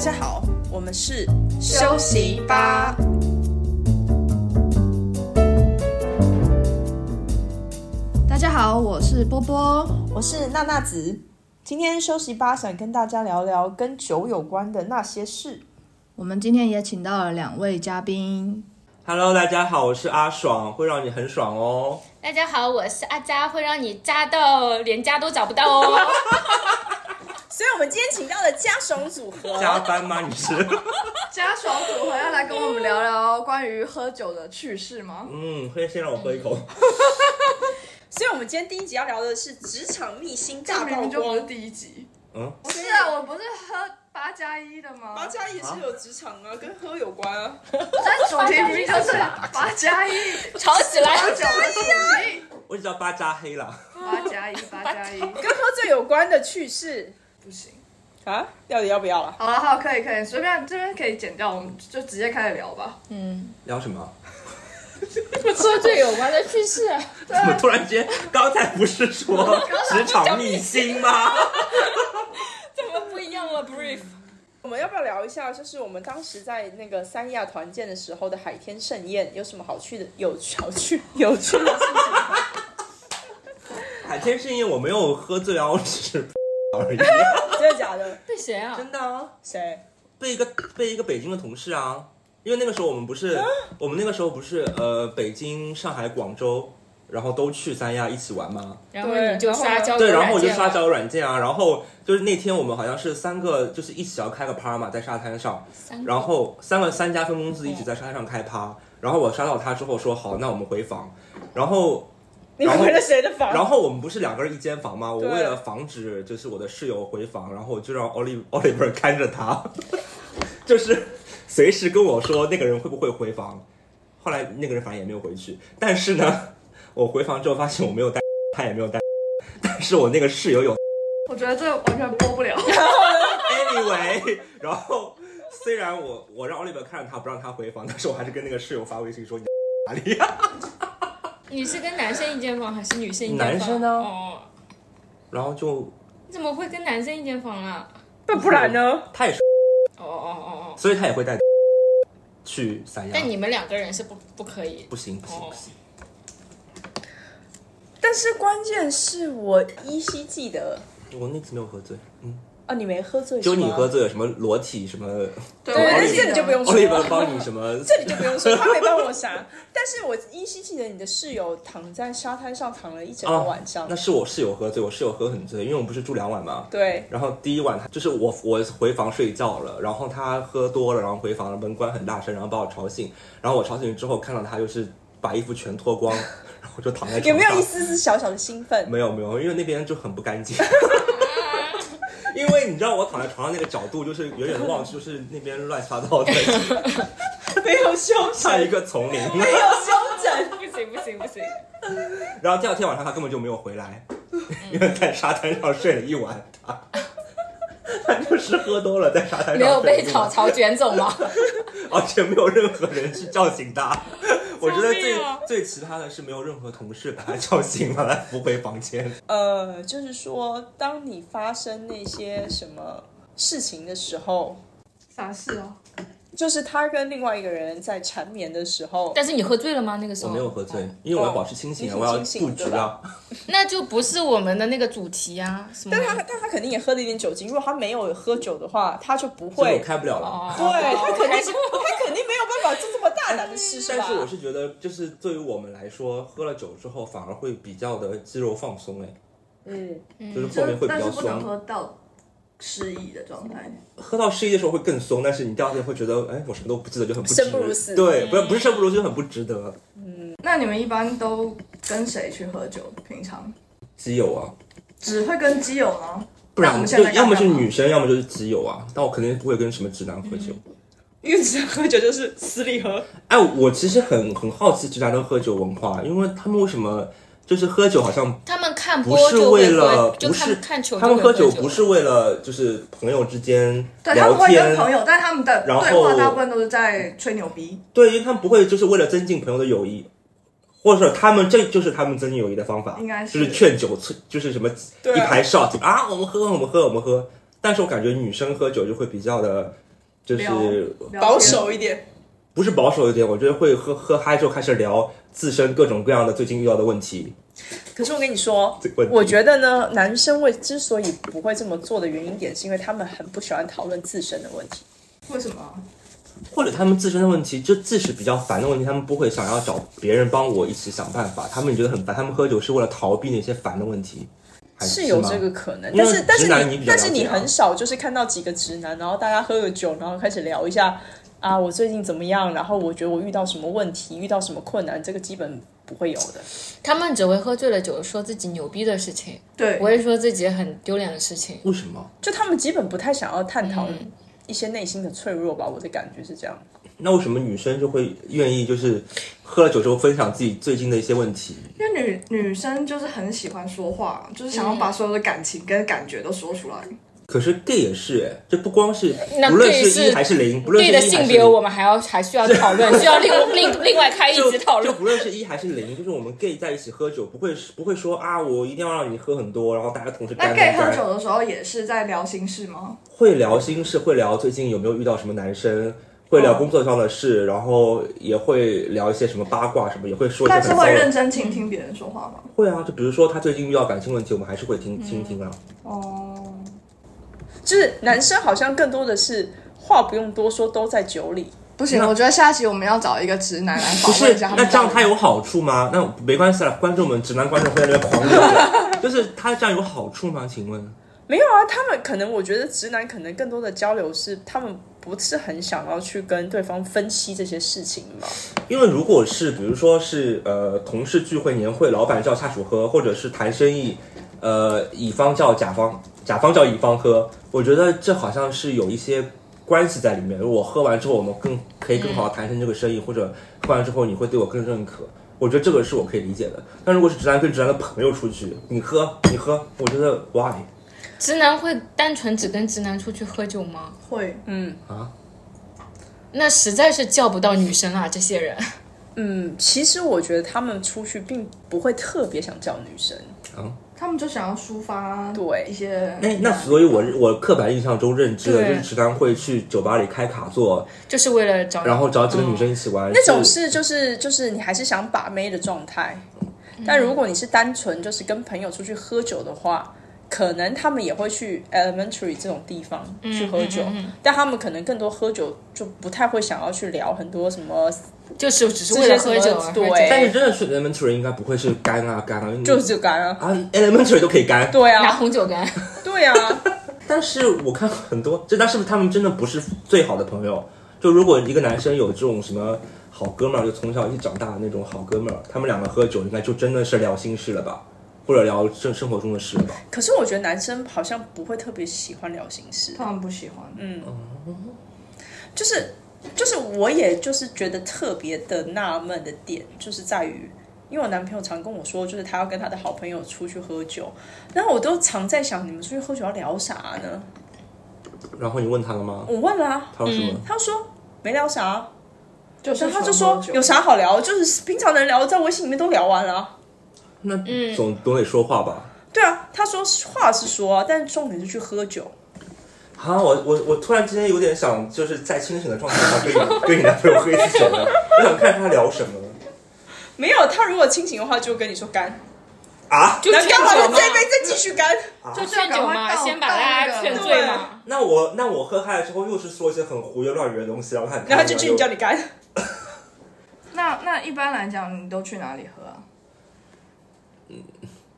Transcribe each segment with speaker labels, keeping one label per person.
Speaker 1: 家好，我们是
Speaker 2: 休息吧。大家好，我是波波。
Speaker 1: 我是娜娜子。今天休息吧，想跟大家聊聊跟酒有关的那些事。
Speaker 2: 我们今天也请到了两位嘉宾。
Speaker 3: Hello，大家好，我是阿爽，会让你很爽哦。
Speaker 4: 大家好，我是阿佳，会让你加到连家都找不到 哦。
Speaker 1: 所以我们今天请到了家爽组合，
Speaker 3: 加班吗？你 是？
Speaker 2: 家爽组合要来跟我们聊聊关于喝酒的趣事吗？
Speaker 3: 嗯，会先让我喝一口。
Speaker 1: 所以我们今天第一集要聊的是职场秘辛大
Speaker 2: 明
Speaker 1: 曝
Speaker 2: 明就不是
Speaker 1: 光。
Speaker 2: 第一集。
Speaker 3: 嗯，
Speaker 2: 不是啊，我不是喝八加一的吗？
Speaker 1: 八加一也是有职场啊，跟喝有关啊。
Speaker 2: 但主题不就是八加一？
Speaker 4: 吵起来，
Speaker 2: 喝酒的主题。
Speaker 3: 我只知道巴扎黑啦。
Speaker 2: 八加一，八加一，
Speaker 1: 跟喝醉有关的趣事
Speaker 2: 不行。
Speaker 1: 啊，到底要不要啊？
Speaker 2: 好了，好，可以，可以，随便这边可以剪掉，我们就直接开始聊吧。
Speaker 3: 聊什么？
Speaker 4: 喝醉有 关的趣事。
Speaker 3: 怎么突然间？刚才不是说职场秘辛吗？
Speaker 4: 怎么不一样了？Brief，
Speaker 1: 我们要不要聊一下，就是我们当时在那个三亚团建的时候的海天盛宴，有什么好去的、有好去、有趣的事情？
Speaker 3: 海天盛宴我没有喝醉啊，我只是 而已。
Speaker 1: 真的假的？
Speaker 4: 被谁啊？
Speaker 3: 真的啊，
Speaker 1: 谁？
Speaker 3: 被一个被一个北京的同事啊，因为那个时候我们不是，我们那个时候不是呃北京、上海、广州，然后都去三亚一起玩吗？
Speaker 4: 然后你就撒娇
Speaker 3: 对，
Speaker 4: 的软件了
Speaker 3: 然后我就刷交友软件啊，然后就是那天我们好像是三个，就是一起要开个趴嘛，在沙滩上，
Speaker 4: 三个
Speaker 3: 然后三个三家分公司一起
Speaker 4: 嗯
Speaker 3: 在沙滩上开趴，然后我刷到他之后说好，那我们回房，然后
Speaker 1: 你们回了谁的房？
Speaker 3: 然后我们不是两个人一间房吗？我
Speaker 1: 对
Speaker 3: 为了防止就是我的室友回房，然后我就让 Olive Oliver 看着他， 就是随时跟我说那个人会不会回房，后来那个人反正也没有回去，但是呢，我回房之后发现我没有带，他也没有带， 但是我那个室友有。
Speaker 2: 我觉得这完全播不了。
Speaker 3: Anyway，然 后虽然我我让 Oliver 看着他不让他回房，但是我还是跟那个室友发微信说你哪里、啊？
Speaker 4: 你是跟男生一间房还是女生一间房？
Speaker 3: 男生呢
Speaker 4: 哦，
Speaker 3: 然后就
Speaker 4: 你怎么会跟男生一间房啊？
Speaker 1: 不不然呢？
Speaker 3: 他也是，
Speaker 4: 哦哦哦哦。
Speaker 3: 所以他也会带去三亚。
Speaker 4: 但你们两个人是不不可以。
Speaker 3: 不行不行不行，
Speaker 1: 但是关键是我依稀记得
Speaker 3: 我那次没有喝醉，嗯，
Speaker 1: 啊，你没喝醉，
Speaker 3: 只有你喝
Speaker 1: 醉。
Speaker 3: 醉，有什么裸体什么
Speaker 2: 对
Speaker 1: 对，
Speaker 3: 我
Speaker 1: 但
Speaker 3: 也
Speaker 1: 是
Speaker 3: 记得
Speaker 1: 这你就不用说，
Speaker 3: ，Oliver 帮你什么，
Speaker 1: 这你就不用说，他没帮我啥。但是我依稀记得你的室友躺在沙滩上躺了一整个晚上。
Speaker 3: 啊那是我室友喝醉，我室友喝很醉，因为我们不是住两晚嘛，
Speaker 1: 对，
Speaker 3: 然后第一晚他就是我我回房睡觉了，然后他喝多了，然后回房门关很大声，然后把我吵醒，然后我吵醒之后看到他就是把衣服全脱光，然后我就躺在
Speaker 1: 有
Speaker 3: 床
Speaker 1: 没有
Speaker 3: 上
Speaker 1: 一，丝丝小小的兴 奋？
Speaker 3: 没有没有，因为那边就很不干净。因为你知道我躺在床上那个角度，就是有点望去，就是那边乱七八糟的，
Speaker 1: 没有休
Speaker 3: 像一
Speaker 1: 整，
Speaker 3: 个丛林。
Speaker 1: 没有休整。
Speaker 4: 不行不行 不行！
Speaker 3: 然后第二天晚上他根本就没有回来，
Speaker 1: 嗯
Speaker 3: 因为在沙滩上睡了一晚。他他就是喝多了，在沙滩上
Speaker 4: 没
Speaker 3: 睡
Speaker 4: 有
Speaker 3: 了
Speaker 4: 被
Speaker 3: 一晚
Speaker 4: 草草卷走 吗？
Speaker 3: 而且没有任何人去叫醒他。我觉得最
Speaker 4: 救命啊
Speaker 3: 最奇葩的是，没有任何同事把他 叫醒，把他扶回房间。
Speaker 1: 呃，就是说，当你发生那些什么事情的时候，
Speaker 2: 啥事啊？
Speaker 1: 就是他跟另外一个人在缠绵的时候，
Speaker 4: 但是你喝醉了吗？那个时
Speaker 3: 我
Speaker 4: 候
Speaker 3: 没有喝
Speaker 4: 哦
Speaker 3: 醉，因为我要保持清醒，
Speaker 1: 哦
Speaker 3: 我要
Speaker 1: 你是清
Speaker 3: 布
Speaker 1: 醒
Speaker 3: 局
Speaker 1: 的
Speaker 3: 啊。
Speaker 4: 那就不是我们的那个主题啊。什么
Speaker 1: 但他但他肯定也喝了一点酒精，如果他没有喝酒的话，他就不
Speaker 3: 所以
Speaker 1: 会
Speaker 3: 我。开不了了。
Speaker 4: 哦，
Speaker 1: 对他肯定是他肯定没有办法做这么大胆的事，
Speaker 3: 但
Speaker 1: 吧
Speaker 3: 是？我是觉得，就是对于我们来说，喝了酒之后反而会比较的肌肉放松，哎，
Speaker 1: 嗯，
Speaker 3: 就是后
Speaker 2: 就
Speaker 3: 面会比
Speaker 2: 但是
Speaker 3: 较
Speaker 2: 不能
Speaker 3: 松。
Speaker 2: 喝到失忆的状态。
Speaker 3: 喝到失忆的时候会更松，但是你第二天会觉得，哎，我什么都不记得，就很不值
Speaker 1: 生不如死
Speaker 3: 对，不不是生不如死，就很不值得。
Speaker 2: 那你们一般都跟谁去喝酒？平常
Speaker 3: 基友啊，
Speaker 2: 只会跟基友吗？
Speaker 3: 不
Speaker 2: 那我
Speaker 3: 然
Speaker 2: 们
Speaker 3: 就
Speaker 2: 现在
Speaker 3: 要么是
Speaker 2: 干嘛
Speaker 3: 女生，要么就是基友啊。但我肯定不会跟什么直男喝酒。
Speaker 1: 因为只喝酒就是私力喝，
Speaker 3: 哎，我其实很很好奇直男的喝酒文化，因为他们为什么就是喝酒好像
Speaker 4: 他们看
Speaker 3: 不
Speaker 4: 波
Speaker 3: 是
Speaker 4: 就
Speaker 3: 为
Speaker 4: 会
Speaker 3: 了
Speaker 4: 喝，就
Speaker 3: 不是
Speaker 4: 看看球就
Speaker 3: 他
Speaker 4: 会
Speaker 3: 们喝酒
Speaker 4: 酒
Speaker 3: 不是为了就是朋友之间
Speaker 2: 对他们
Speaker 3: 聊
Speaker 2: 会跟
Speaker 3: 天，
Speaker 2: 朋友，但他们的
Speaker 3: 然后
Speaker 2: 对话大部分都是在吹牛逼。
Speaker 3: 对，因为他们不会就是为了增进朋友的友谊，或者说他们这就是他们增进友谊的方法，
Speaker 2: 应该
Speaker 3: 就是是劝酒，就是什么
Speaker 1: 对
Speaker 3: 一排 shot 啊，我们喝，我们喝，我们喝。但是我感觉女生喝酒就会比较的就是
Speaker 2: 聊
Speaker 1: 保
Speaker 2: 天
Speaker 1: 守一点，
Speaker 3: 不是保守一点，我觉得会喝喝嗨之后开始聊自身各种各样的最近遇到的问题。
Speaker 1: 可是我跟你说
Speaker 3: 这个问，题
Speaker 1: 我觉得呢，男生为之所以不会这么做的原因点，是因为他们很不喜欢讨论自身的问题。
Speaker 2: 为什么？
Speaker 3: 或者他们自身的问题，就自是比较烦的问题，他们不会想要找别人帮我一起想办法，他们觉得很烦，他们喝酒是为了逃避那些烦的问题，还
Speaker 1: 是
Speaker 3: 是
Speaker 1: 有
Speaker 3: 吗
Speaker 1: 这个可能，
Speaker 3: 因为
Speaker 1: 但是但
Speaker 3: 直男
Speaker 1: 是
Speaker 3: 你比较
Speaker 1: 但
Speaker 3: 了解啊
Speaker 1: 是你很少就是看到几个直男，然后大家喝个酒，然后开始聊一下啊，我最近怎么样，然后我觉得我遇到什么问题，遇到什么困难，这个基本不会有的。
Speaker 4: 他们只会喝醉了酒说自己牛逼的事情，
Speaker 2: 对
Speaker 4: 不，会说自己很丢脸的事情。
Speaker 3: 为什么？
Speaker 1: 就他们基本不太想要探讨一些内心的脆弱吧，我的感觉是这样。
Speaker 3: 那为什么女生就会愿意就是喝了酒之后分享自己最近的一些问题？
Speaker 2: 因为女女生就是很喜欢说话，就是想要把所有的感情跟感觉都说出来。
Speaker 3: 可是 gay 也是哎，这不光是
Speaker 4: 那
Speaker 3: 无论
Speaker 4: gay
Speaker 3: 是一
Speaker 4: 是
Speaker 3: 还是零，不论是
Speaker 4: 对的
Speaker 3: 一还
Speaker 4: 性
Speaker 3: 是
Speaker 4: 别，
Speaker 3: 零
Speaker 4: 我们还要还需要讨论，需要另另另外开一
Speaker 3: 就
Speaker 4: 集讨
Speaker 3: 就
Speaker 4: 论。
Speaker 3: 不论是一还是零，就是我们 gay 在一起喝酒，不会不会说啊，我一定要让你喝很多，然后大家同时
Speaker 2: 那
Speaker 3: 干
Speaker 2: gay
Speaker 3: 干
Speaker 2: 喝
Speaker 3: 干。
Speaker 2: 酒的时候也是在聊心事吗？
Speaker 3: 会聊心事，会聊最近有没有遇到什么男生，会聊工作上的事，然后也会聊一些什么八卦什么，也会说一些
Speaker 2: 但是
Speaker 3: 很
Speaker 2: 会
Speaker 3: 骚
Speaker 2: 认
Speaker 3: 的。
Speaker 2: 真倾听别人说话吗？
Speaker 3: 会啊，就比如说他最近遇到感情问题，我们还是会听听听啊。
Speaker 2: 哦，
Speaker 1: 就是男生好像更多的是话不用多说，都在酒里。
Speaker 2: 不行，我觉得下期我们要找一个直男来
Speaker 3: 不
Speaker 2: 访
Speaker 3: 是
Speaker 2: 问一，下他们。
Speaker 3: 那这样他有好处吗？那没关系了，观众们，直男观众会在那边狂热， 就是他这样有好处吗？请问？
Speaker 1: 没有啊，他们可能我觉得直男可能更多的交流是他们不是很想要去跟对方分析这些事情吧。
Speaker 3: 因为如果是比如说是呃同事聚会年会，老板叫下属喝，或者是谈生意，呃乙方叫甲方，甲方叫乙方喝，我觉得这好像是有一些关系在里面。如果喝完之后，我们更可以更好的谈成这个生
Speaker 1: 嗯
Speaker 3: 意，或者喝完之后你会对我更认可，我觉得这个是我可以理解的。但如果是直男跟直男的朋友出去，你喝你喝，我觉得 why？
Speaker 4: 直男会单纯只跟直男出去喝酒吗？
Speaker 2: 会，
Speaker 1: 嗯
Speaker 4: 那实在是叫不到女生啊，这些人。
Speaker 1: 嗯，其实我觉得他们出去并不会特别想叫女生，
Speaker 2: 他们就想要抒发
Speaker 1: 对
Speaker 2: 一些
Speaker 1: 哎
Speaker 3: 哎那那所以我我刻板印象中认知的
Speaker 4: 对
Speaker 3: 就是直男会去酒吧里开卡座，
Speaker 4: 就是为了找
Speaker 3: 然后找几个女生一起玩，
Speaker 1: 嗯那种
Speaker 3: 就是
Speaker 1: 就是就是你还是想把妹的状态，但如果你是单纯就是跟朋友出去喝酒的话。可能他们也会去 elementary 这种地方去喝酒，但他们可能更多喝酒就不太会想要去聊很多什么，
Speaker 4: 就是只是为了喝酒而喝酒。
Speaker 1: 对
Speaker 3: 但是真的去 elementary 应该不会是干啊干啊，因为
Speaker 1: 哎就是干啊，
Speaker 3: 啊 elementary 都可以干。
Speaker 1: 对
Speaker 4: 拿
Speaker 1: 啊，
Speaker 4: 红酒干，
Speaker 1: 对啊，
Speaker 3: 但是我看很多，这但是不是他们真的不是最好的朋友？就如果一个男生有这种什么好哥们儿，就从小一起长大的那种好哥们儿，他们两个喝酒应该就真的是聊心事了吧，或者聊生生活中的事了吧？
Speaker 1: 可是我觉得男生好像不会特别喜欢聊心事，
Speaker 2: 他们不喜欢。
Speaker 1: 就是就是我也就是觉得特别的纳闷的点，就是在于，因为我男朋友常跟我说，就是他要跟他的好朋友出去喝酒，然后我都常在想，你们出去喝酒要聊啥呢？
Speaker 3: 然后你问他了吗？
Speaker 1: 我问啦、啊
Speaker 3: 他说什么？
Speaker 1: 他说没聊啥，
Speaker 2: 就是
Speaker 1: 然后他就
Speaker 2: 纯喝
Speaker 1: 说
Speaker 2: 酒
Speaker 1: 有啥好聊，就是平常能聊的，在微信里面都聊完了啊。
Speaker 3: 那
Speaker 1: 嗯
Speaker 3: 总总得说话吧。
Speaker 1: 对啊，他说话是说啊，但是重点是去喝酒。
Speaker 3: 好、啊我我我突然之间有点想，就是在清醒的状态下跟你跟你男朋友喝一次酒了，我想看他聊什么
Speaker 1: 没有，他如果清醒的话，就跟你说干，
Speaker 3: 啊？
Speaker 4: 就
Speaker 1: 然
Speaker 4: 劝
Speaker 1: 后干完
Speaker 4: 酒
Speaker 1: 了
Speaker 4: 嘛，
Speaker 1: 这一杯再继续干。
Speaker 4: 就劝酒嘛，先把大家劝醉嘛。
Speaker 3: 那我那我喝嗨了之后，又是说一些很胡言乱语的东西，然后他很
Speaker 1: 然后就继续叫
Speaker 3: 你。
Speaker 1: 你干。
Speaker 2: 那那一般来讲，你都去哪里喝啊？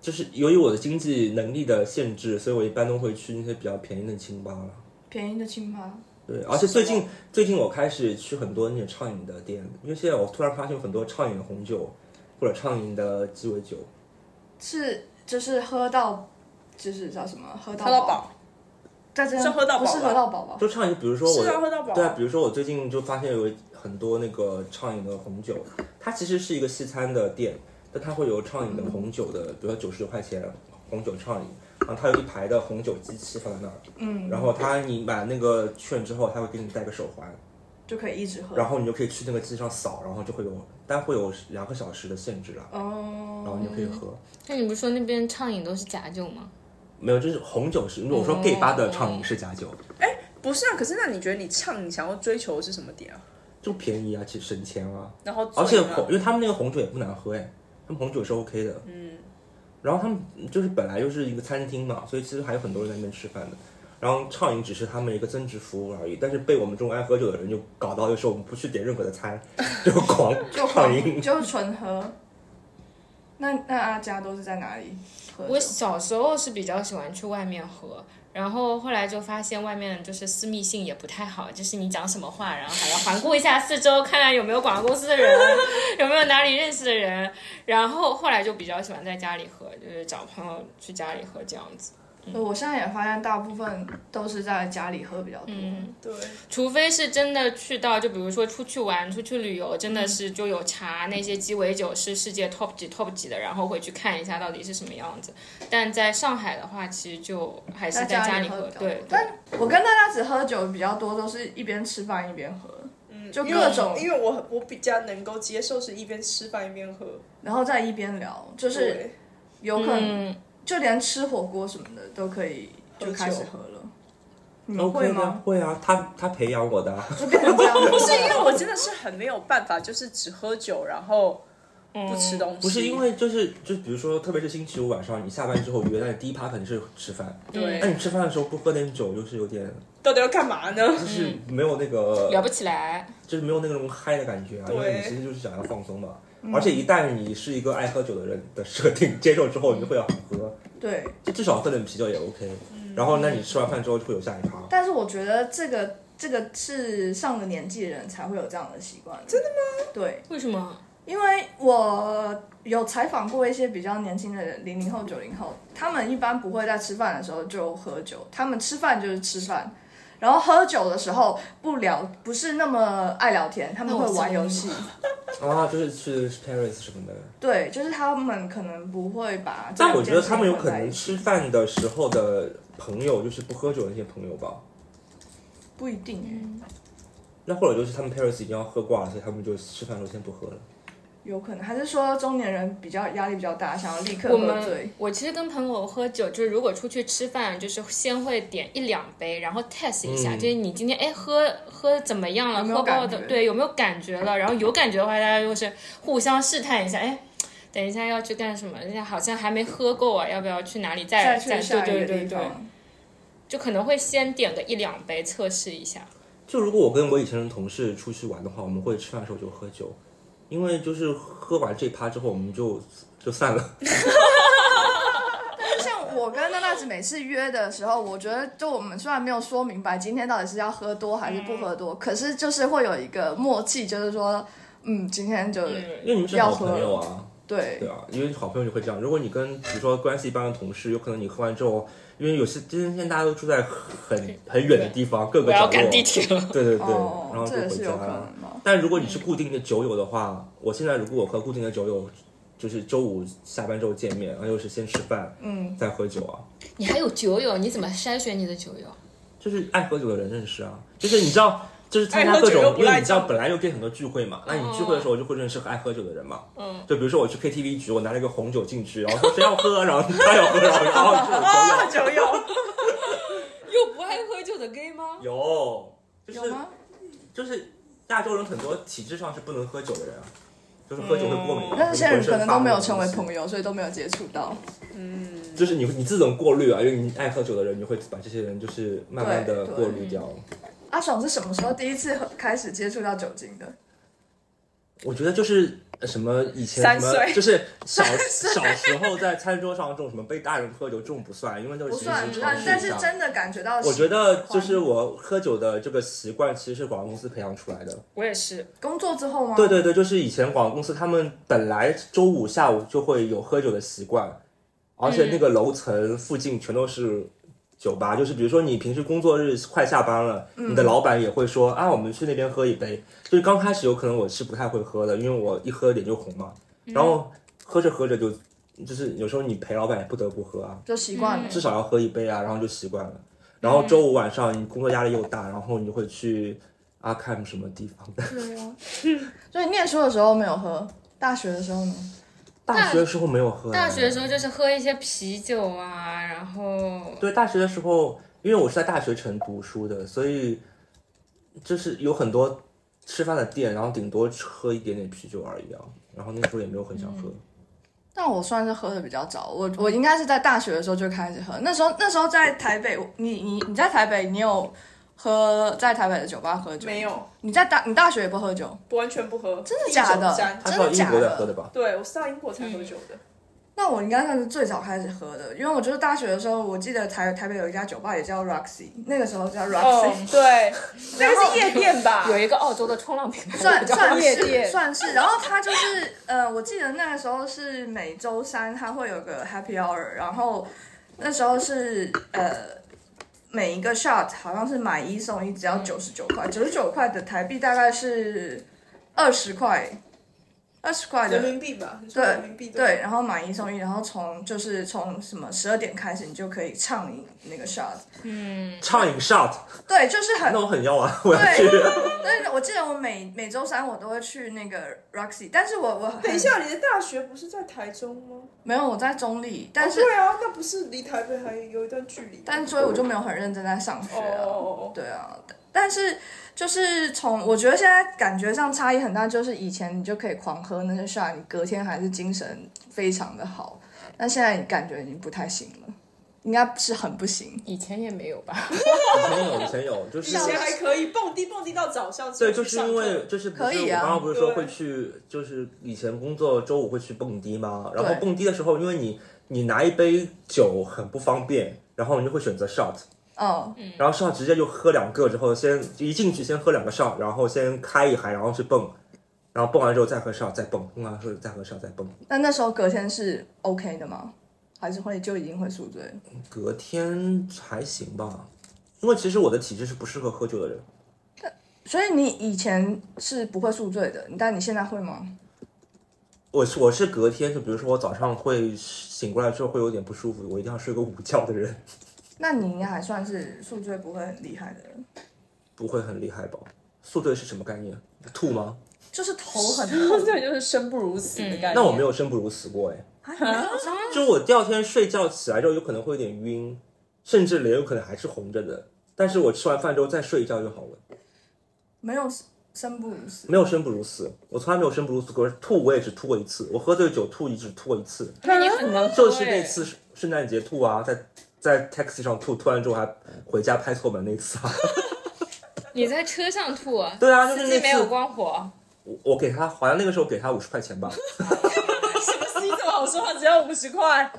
Speaker 3: 就是由于我的经济能力的限制，所以我一般都会去那些比较便宜的清吧了。
Speaker 2: 便宜的清吧。
Speaker 3: 对，而且最近最近我开始去很多那种畅饮的店，因为现在我突然发现有很多畅饮的红酒或者畅饮的鸡尾酒，
Speaker 2: 是就是喝到，就是叫什么？喝到
Speaker 1: 喝到，饱，
Speaker 2: 在这
Speaker 1: 是喝到饱
Speaker 2: 不
Speaker 1: 吧
Speaker 2: 是喝到饱吧？
Speaker 3: 就畅饮，比如说我
Speaker 1: 是啊喝到饱啊
Speaker 3: 对啊，比如说我最近就发现有很多那个畅饮的红酒，它其实是一个西餐的店，但它会有畅饮的红酒的，比如说九十九块钱红酒畅饮，然后它有一排的红酒机器放在那儿，
Speaker 2: 嗯，
Speaker 3: 然后它你买那个券之后，它会给你带个手环，
Speaker 2: 就可以一直喝。
Speaker 3: 然后你就可以去那个机上扫，然后就会有，但会有两个小时的限制啦，然后
Speaker 2: 哦，
Speaker 3: 你就可以喝。
Speaker 4: 那你不是说那边畅饮都是假酒吗？
Speaker 3: 没有，就是红酒是，如果说
Speaker 4: 哦
Speaker 3: gay 吧的畅饮是假酒，
Speaker 1: 不是啊，可是那你觉得你唱，你想要追求的是什么点啊？
Speaker 3: 就便宜啊，其实省钱啊，
Speaker 1: 然后
Speaker 3: 而且
Speaker 1: 醉吗
Speaker 3: 红，因为他们那个红酒也不难喝哎，他们红酒是 OK 的。嗯。然后他们就是本来就是一个餐厅嘛，所以其实还有很多人在那边吃饭的。然后畅饮只是他们一个增值服务而已，但是被我们这种爱喝酒的人就搞到，就是我们不去点任何的餐， 就狂
Speaker 2: 就
Speaker 3: 畅饮。
Speaker 2: 就纯喝。那那阿佳都是在哪里喝酒？
Speaker 4: 我小时候是比较喜欢去外面喝，然后后来就发现外面就是私密性也不太好，就是你讲什么话，然后还要环顾一下四周，看看有没有广告公司的人， 有没有哪里认识的人。然后后来就比较喜欢在家里喝，就是找朋友去家里喝这样子，
Speaker 2: 对嗯我现在也发现大部分都是在家里喝比较多。
Speaker 1: 对，
Speaker 4: 除非是真的去到，就比如说出去玩、出去旅游，真的是就有查那些鸡尾酒是世界 top 几 top 几的，然后回去看一下到底是什么样子。但在上海的话，其实就还是在家里
Speaker 2: 喝
Speaker 4: 喝
Speaker 2: 比，较多
Speaker 4: 对，对
Speaker 2: 但我跟大家只喝酒比较多，都是一边吃饭一边喝，就
Speaker 1: 嗯因为我
Speaker 2: 各种，
Speaker 1: 因为我我比较能够接受是一边吃饭一边喝，
Speaker 2: 然后再一边聊，就是
Speaker 1: 对
Speaker 2: 有可能
Speaker 4: 嗯，
Speaker 2: 就连吃火锅什么的都可以就开始喝了。你们
Speaker 3: OK
Speaker 2: 会
Speaker 3: 的
Speaker 2: 吗？？
Speaker 3: 会啊，他他培养我的啊。
Speaker 2: 就变成这样子，
Speaker 1: 不是因为我真的是很没有办法，就是只喝酒然后不吃东西，
Speaker 3: 嗯不是因为就是就比如说，特别是星期五晚上，你下班之后约，但是第一趴肯定是吃饭。
Speaker 1: 对
Speaker 3: 那、你吃饭的时候不喝点酒，就是有点
Speaker 1: 到底要干嘛呢？
Speaker 3: 就是没有那个、
Speaker 4: 聊不起来。
Speaker 3: 就是没有那种嗨的感觉啊，
Speaker 1: 对
Speaker 3: 因为你其实就是想要放松嘛。
Speaker 2: 嗯
Speaker 3: 而且一旦你是一个爱喝酒的人的设定接受之后，你就会要喝，
Speaker 2: 对。嗯
Speaker 3: 就至少喝点啤酒也 OK。然后，那你吃完饭之后就会有下一趴。
Speaker 2: 但是我觉得这个这个是上了年纪的人才会有这样的习惯。真的吗？对，
Speaker 4: 为什么？
Speaker 2: 因为我有采访过一些比较年轻的人，零零后、九零后，他们一般不会在吃饭的时候就喝酒，他们吃饭就是吃饭。然后喝酒的时候不聊，不是那么爱聊天，他们
Speaker 4: 那我
Speaker 2: 会玩
Speaker 4: 知道
Speaker 2: 游戏。嗯
Speaker 3: 啊，就是去 Paris 什么的。
Speaker 2: 对，就是他们可能不会把这
Speaker 3: 但
Speaker 2: 两件事混在一起。
Speaker 3: 我觉得他们有可能吃饭的时候的朋友就是不喝酒的那些朋友吧。
Speaker 2: 不一定欸、
Speaker 3: 那或者就是他们 Paris 已经要喝挂了，所以他们就吃饭的时候先不喝了。
Speaker 2: 有可能还是说中年人比较压力比较大，想要立刻
Speaker 4: 我
Speaker 2: 喝醉
Speaker 4: 们。我其实跟朋友喝酒，就是如果出去吃饭，就是先会点一两杯，然后 test 一下，
Speaker 3: 嗯
Speaker 4: 就是你今天哎喝喝怎么样了，
Speaker 2: 有没有
Speaker 4: 喝爆的
Speaker 2: 感觉
Speaker 4: 对有没有感觉了？然后有感觉的话，大家就是互相试探一下，哎。等一下要去干什么？人家好像还没喝够啊，要不要去哪里再
Speaker 2: 再去下一
Speaker 4: 对
Speaker 2: 个
Speaker 4: 对对
Speaker 2: 地
Speaker 4: 对，
Speaker 2: 方，
Speaker 4: 就可能会先点个一两杯测试一下。
Speaker 3: 就如果我跟我以前的同事出去玩的话，我们会吃饭的时候就喝酒，因为就是喝完这趴之后，我们就就散了。
Speaker 2: 像我跟娜娜子每次约的时候，我觉得就我们虽然没有说明白今天到底是要喝多还是不喝多，可是就是会有一个默契，就是说，嗯，今天就、
Speaker 4: 嗯，
Speaker 3: 因为你们是好朋友啊，
Speaker 2: 对
Speaker 3: 对啊，因为好朋友就会这样。如果你跟比如说关系一般的同事，有可能你喝完之后，因为有些今天大家都住在很很远的地方，各
Speaker 4: 我
Speaker 3: 个角
Speaker 4: 要
Speaker 3: 落，
Speaker 4: 赶地铁了。
Speaker 3: 对对对，然
Speaker 2: 哦
Speaker 3: 后，就
Speaker 2: 这也
Speaker 3: 回
Speaker 2: 是
Speaker 3: 家
Speaker 2: 有可
Speaker 3: 了。
Speaker 2: 能的。
Speaker 3: 但如果你是固定的酒友的话，我现在如果我和固定的酒友，就是周五下班之后见面，然后又是先吃饭，
Speaker 2: 嗯，
Speaker 3: 再喝酒啊，
Speaker 4: 你还有酒友，你怎么筛选你的酒友？
Speaker 3: 就是爱喝酒的人认识啊，就是你知道。就是参加
Speaker 1: 爱喝
Speaker 3: 各
Speaker 1: 酒
Speaker 3: 种
Speaker 1: 又，不
Speaker 3: 因为
Speaker 1: 赖
Speaker 3: 你知道
Speaker 1: 账哦
Speaker 3: 本来就跟很多聚会嘛，那你聚会的时候就会认识爱喝酒的人嘛。
Speaker 4: 嗯，
Speaker 3: 就比如说我去 KTV 局，我拿了一个红酒进去，然后说谁要喝，然后他要喝，然后然后就有
Speaker 1: 啊，
Speaker 3: 朋友
Speaker 1: 酒友，
Speaker 4: 又不爱喝酒的 gay 吗？
Speaker 3: 有，啊就
Speaker 2: 有
Speaker 3: 是
Speaker 2: 吗？
Speaker 3: 就是亚洲人很多体质上是不能喝酒的人啊，就是喝酒
Speaker 1: 嗯
Speaker 3: 会过敏。
Speaker 2: 那这些人可能都没有成为
Speaker 3: 友。
Speaker 2: 朋友，所以都没有接触到。
Speaker 3: 就是你你自动过滤啊，因为你爱喝酒的人，你会把这些人就是慢慢的
Speaker 2: 对对
Speaker 3: 过滤掉。
Speaker 2: 阿爽是什么时候第一次喝开始接触到酒精的？
Speaker 3: 我觉得就是呃什么以前
Speaker 1: 三
Speaker 3: 什么
Speaker 1: 岁
Speaker 3: 就是小小时候在餐桌上这种什么被大人喝酒这种不算，因为都
Speaker 2: 不
Speaker 3: 是平时
Speaker 2: 算
Speaker 3: 尝试，
Speaker 2: 但
Speaker 3: 一
Speaker 2: 但是
Speaker 3: 下
Speaker 2: 真的感觉到喜，
Speaker 3: 我觉得就是我喝酒的这个习惯，其实是广告公司培养出来的。
Speaker 4: 我也是，
Speaker 2: 工作之后
Speaker 4: 哦
Speaker 2: 吗？
Speaker 3: 对对对，就是以前广告公司他们本来周五下午就会有喝酒的习惯，而且那个楼层附近全都是酒吧，就是比如说你平时工作日快下班了，
Speaker 4: 嗯
Speaker 3: 你的老板也会说啊，我们去那边喝一杯。就是刚开始有可能我是不太会喝的，因为我一喝脸就红嘛，
Speaker 4: 嗯
Speaker 3: 然后喝着喝着就就是有时候你陪老板也不得不喝啊，
Speaker 2: 就习惯了。
Speaker 3: 至少要喝一杯啊，然后就习惯了。然后周五晚上你工作压力又大，然后你就会去阿看
Speaker 4: 嗯
Speaker 3: 什么地方的。
Speaker 2: 所以念书的时候没有喝，大学的时候呢？
Speaker 3: 大学的时候没有喝，啊
Speaker 4: 大学的时候就是喝一些啤酒啊，然后
Speaker 3: 对大学的时候，因为我是在大学城读书的，所以就是有很多吃饭的店，然后顶多喝一点点啤酒而已啊。然后那时候也没有很想
Speaker 2: 嗯
Speaker 3: 喝，
Speaker 2: 但我算是喝的比较早，我我应该是在大学的时候就开始喝。那时候那时候在台北，你你你在台北，你有喝在台北的酒吧喝酒？
Speaker 1: 没。有，
Speaker 2: 你在大你大学也不喝酒？
Speaker 1: 完全不喝，真
Speaker 2: 的假的
Speaker 3: 他嗯是到英国
Speaker 2: 真的假
Speaker 3: 来
Speaker 2: 的
Speaker 3: 喝的吧？
Speaker 1: 对，我是到英国才喝酒的。
Speaker 2: 那我应该算是最早开始喝的，因为我就是大学的时候，我记得台台北有一家酒吧也叫 Roxy，那个时候叫
Speaker 3: 啊
Speaker 2: Roxy，、
Speaker 1: 哦， 对，那个是夜店吧？
Speaker 4: 有一个澳洲的冲浪品牌，
Speaker 2: 算算
Speaker 1: 夜
Speaker 2: 是
Speaker 1: 店
Speaker 2: 算是，然后他就是呃，我记得那个时候是每周三他会有个 happy hour，然后那时候是呃每一个 shot 好像是买一送一，只要九十九块，九十九块的台币大概是二十块，二十块
Speaker 1: 人
Speaker 2: 的
Speaker 1: 民币吧？你说
Speaker 2: 对
Speaker 1: 人民币
Speaker 2: 对，然后买一送一，然后从就是从什么十二点开始你就可以畅饮那个 shot，
Speaker 4: 嗯
Speaker 3: 畅饮 shot，
Speaker 2: 对，就是很
Speaker 3: 那我很要啊，我要去。
Speaker 2: 对， 但是我记得我每每周三我都会去那个 Roxy，但是我我很
Speaker 1: 等一下，你的大学不是在台中吗？
Speaker 2: 没有我在中立，但是、
Speaker 1: 对啊，那不是离台北还有一段距离？
Speaker 2: 但所以我就没有很认真在上学
Speaker 1: 哦
Speaker 2: 啊。
Speaker 1: 哦哦
Speaker 2: 对啊，但是就是从我觉得现在感觉上差异很大，就是以前你就可以狂喝那些 shot，你隔天还是精神非常的好，但现在你感觉已经不太行了，应该是很不行。
Speaker 4: 以前也没有 吧？
Speaker 3: 以前有，以前有，就是
Speaker 1: 以前还可以蹦迪蹦迪到早上，
Speaker 3: 对，就是因为就是不
Speaker 2: 可
Speaker 3: 是
Speaker 2: 以
Speaker 3: 我
Speaker 2: 啊
Speaker 3: 刚刚不是说
Speaker 1: 对。
Speaker 3: 会去，就是以前工作周五会去蹦迪嘛，然后
Speaker 2: 对
Speaker 3: 蹦迪的时候，因为你你拿一杯酒很不方便，然后你就会选择 shot，
Speaker 2: 嗯，
Speaker 3: 然后 shot 直接就喝两个之后，先一进去先喝两个 shot，然后先开一嗨，然后去蹦，然后蹦完之后再喝 shot 再蹦，蹦完之后再喝 shot 再蹦，
Speaker 2: 那那时候隔天是 OK 的吗？还是会就已经会宿醉了？
Speaker 3: 隔天还行吧，因为其实我的体质是不适合喝酒的人，
Speaker 2: 所以你以前是不会宿醉的，但你现在会吗？
Speaker 3: 我是我是隔天就比如说我早上会醒过来之后会有点不舒服，我一定要睡个午觉的人，
Speaker 2: 那你应该还算是宿醉不会很厉害的人，
Speaker 3: 不会很厉害吧？宿醉是什么概念？吐吗？
Speaker 2: 就是头很痛
Speaker 1: 对，就是生不如死的感觉。
Speaker 3: 那我没有生不如死过哎，
Speaker 2: 啊
Speaker 3: 就我第二天睡觉起来之后有可能会有点晕，甚至脸有可能还是红着的。但是我吃完饭之后再睡一觉就好了，
Speaker 2: 没有生不如死。
Speaker 3: 没有生不如死，我从来没有生不如死过。吐我也只吐过一次，我喝醉酒吐也只吐过一次，
Speaker 4: 那你很能喝
Speaker 3: 就是
Speaker 4: 欸
Speaker 3: 那次圣诞节吐啊，在在 taxi 上吐，吐完之后还回家拍错门那次啊。
Speaker 4: 你在车上吐，
Speaker 3: 对啊，就是
Speaker 4: 司
Speaker 3: 那
Speaker 4: 机没有
Speaker 3: 次
Speaker 4: 光火，
Speaker 3: 我我给他好像那个时候给他五十块钱 吧，
Speaker 1: 什么 C 这么好说话，只要五十块，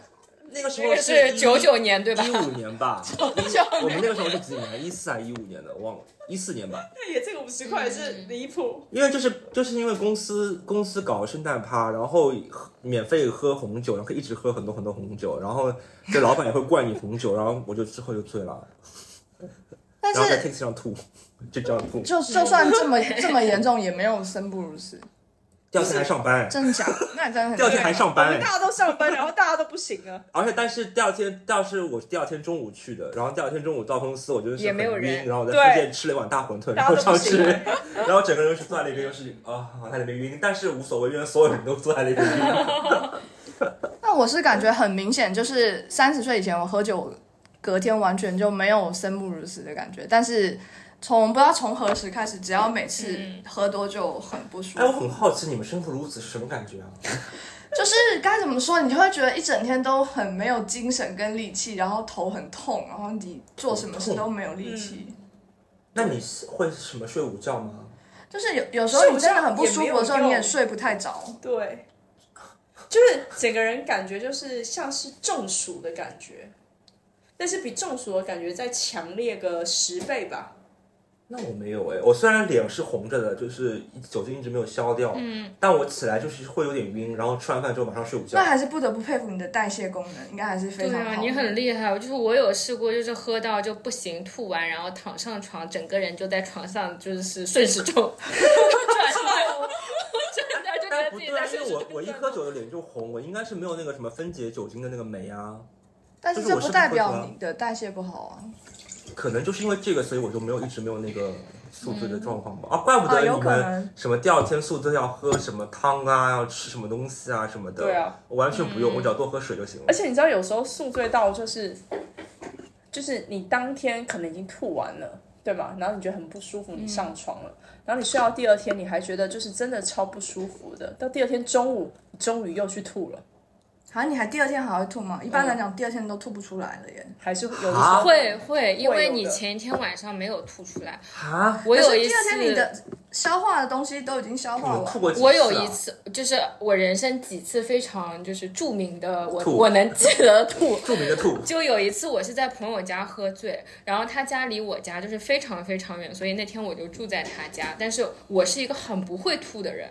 Speaker 3: 那个时
Speaker 4: 这
Speaker 3: 候
Speaker 4: 个是
Speaker 3: 一
Speaker 4: 九九年对吧？
Speaker 3: 一五年吧，
Speaker 4: 就
Speaker 3: 我们那个时候是几年？一四还是一五年的？我忘了，一四年吧。
Speaker 1: 那也这个五十块也是离谱。
Speaker 3: 因为就是就是因为公司公司搞圣诞趴，然后喝免费喝红酒，然后可以一直喝很多很多红酒，然后这老板也会灌你红酒，然后我就之后就醉了，
Speaker 2: 但
Speaker 3: 然后在
Speaker 2: 是
Speaker 3: taxi 上吐，就这样吐，
Speaker 2: 就就算这么这么严重，也没有生不如死。
Speaker 3: 第二天还上班，
Speaker 2: 真的假的？那你真的很
Speaker 3: 第二天还上
Speaker 1: 啊我
Speaker 3: 班
Speaker 1: 们
Speaker 3: 哎。
Speaker 1: 大家都上班，然后大家都不行啊。
Speaker 3: 而且，但是第二天，但是我第二天中午去的，然后第二天中午到公司，我就是
Speaker 4: 也没有
Speaker 3: 很
Speaker 4: 人
Speaker 3: 晕然后我在
Speaker 1: 对
Speaker 3: 饭店吃了一碗大馄饨，然
Speaker 1: 大家都
Speaker 3: 后上
Speaker 1: 不
Speaker 3: 去，
Speaker 1: 行了
Speaker 3: 然后整个人是坐在那边，又是啊，在那边晕，但是无所谓，因为所有人都坐在那边晕。
Speaker 2: 那我是感觉很明显，就是三十岁以前我喝酒，隔天完全就没有生不如死的感觉。但是从不知道从何时开始，只要每次喝多就很不舒
Speaker 3: 哎，我
Speaker 2: 服，
Speaker 3: 很好奇你们生不如死是什么感觉啊？
Speaker 2: 就是该怎么说，你就会觉得一整天都很没有精神跟力气，然后头很痛，然后你做什么事都没有力气。
Speaker 3: 那你会什么睡午觉吗？
Speaker 2: 就是有有时候你真的很不舒服的时
Speaker 1: 睡
Speaker 2: 候，
Speaker 1: 午觉也没有用
Speaker 2: 你也睡不太着。
Speaker 1: 对，就是整个人感觉就是像是中暑的感觉，但是比中暑的感觉再强烈个十倍吧。
Speaker 3: 那我没有哎，我虽然脸是红着的，就是酒精一直没有消掉，嗯，但我起来就是会有点晕，然后吃完饭之后马上睡午觉
Speaker 2: 那。还是不得不佩服你的代谢功能，应该还是非
Speaker 4: 对
Speaker 2: 常好
Speaker 4: 啊，
Speaker 2: 的。
Speaker 4: 你很厉害。就是我有试过，就是喝到就不行，吐完然后躺上床，整个人就在床上就是顺时 钟转动，真的就觉得
Speaker 3: 不
Speaker 4: 自己
Speaker 3: 对啊，
Speaker 4: 在
Speaker 3: 因
Speaker 4: 顺时
Speaker 3: 为我
Speaker 4: 钟
Speaker 3: 我一喝酒的脸就红，我应该是没有那个什么分解酒精的那个酶啊。
Speaker 2: 但是
Speaker 3: 就是
Speaker 2: 这
Speaker 3: 我是
Speaker 2: 不
Speaker 3: 不
Speaker 2: 代
Speaker 3: 会喝
Speaker 2: 表
Speaker 3: 啊
Speaker 2: 你的代谢不好啊。
Speaker 3: 可能就是因为这个，所以我就没有一直没有那个宿醉的
Speaker 4: 嗯
Speaker 3: 状况吧。啊，怪不
Speaker 2: 啊
Speaker 3: 得
Speaker 2: 有
Speaker 3: 你
Speaker 2: 可
Speaker 3: 们
Speaker 2: 能
Speaker 3: 什么第二天宿醉要喝什么汤啊，要吃什么东西啊什么的。
Speaker 1: 对啊，
Speaker 3: 我完全不
Speaker 4: 嗯
Speaker 3: 用，我只要多喝水就行了
Speaker 1: 而。且你知道，有时候宿醉到就是，就是你当天可能已经吐完了，对吗？然后你觉得很不舒服，你上床了，然后你睡到第二天，你还觉得就是真的超不舒服的。到第二天中午，你终于又去吐了，
Speaker 2: 好像你还第二天还会吐吗？一般来讲，第二天都吐不出来了耶。
Speaker 1: 还是有的时
Speaker 3: 啊
Speaker 1: 候
Speaker 4: 会会，因为你
Speaker 1: 有的
Speaker 4: 前一天晚上没有吐出来。
Speaker 3: 啊，
Speaker 4: 我有
Speaker 2: 可
Speaker 4: 一
Speaker 2: 是第
Speaker 4: 次，
Speaker 2: 二天你的消化的东西都已经消化
Speaker 3: 我吐
Speaker 2: 完，
Speaker 3: 过几次、啊。
Speaker 4: 我有一次，就是我人生几次非常就是著名的，我
Speaker 3: 吐
Speaker 4: 我能记得的吐。
Speaker 3: 著名的吐，
Speaker 4: 就有一次我是在朋友家喝醉，然后他家离我家就是非常非常远，所以那天我就住在他家。但是我是一个很不会吐的人，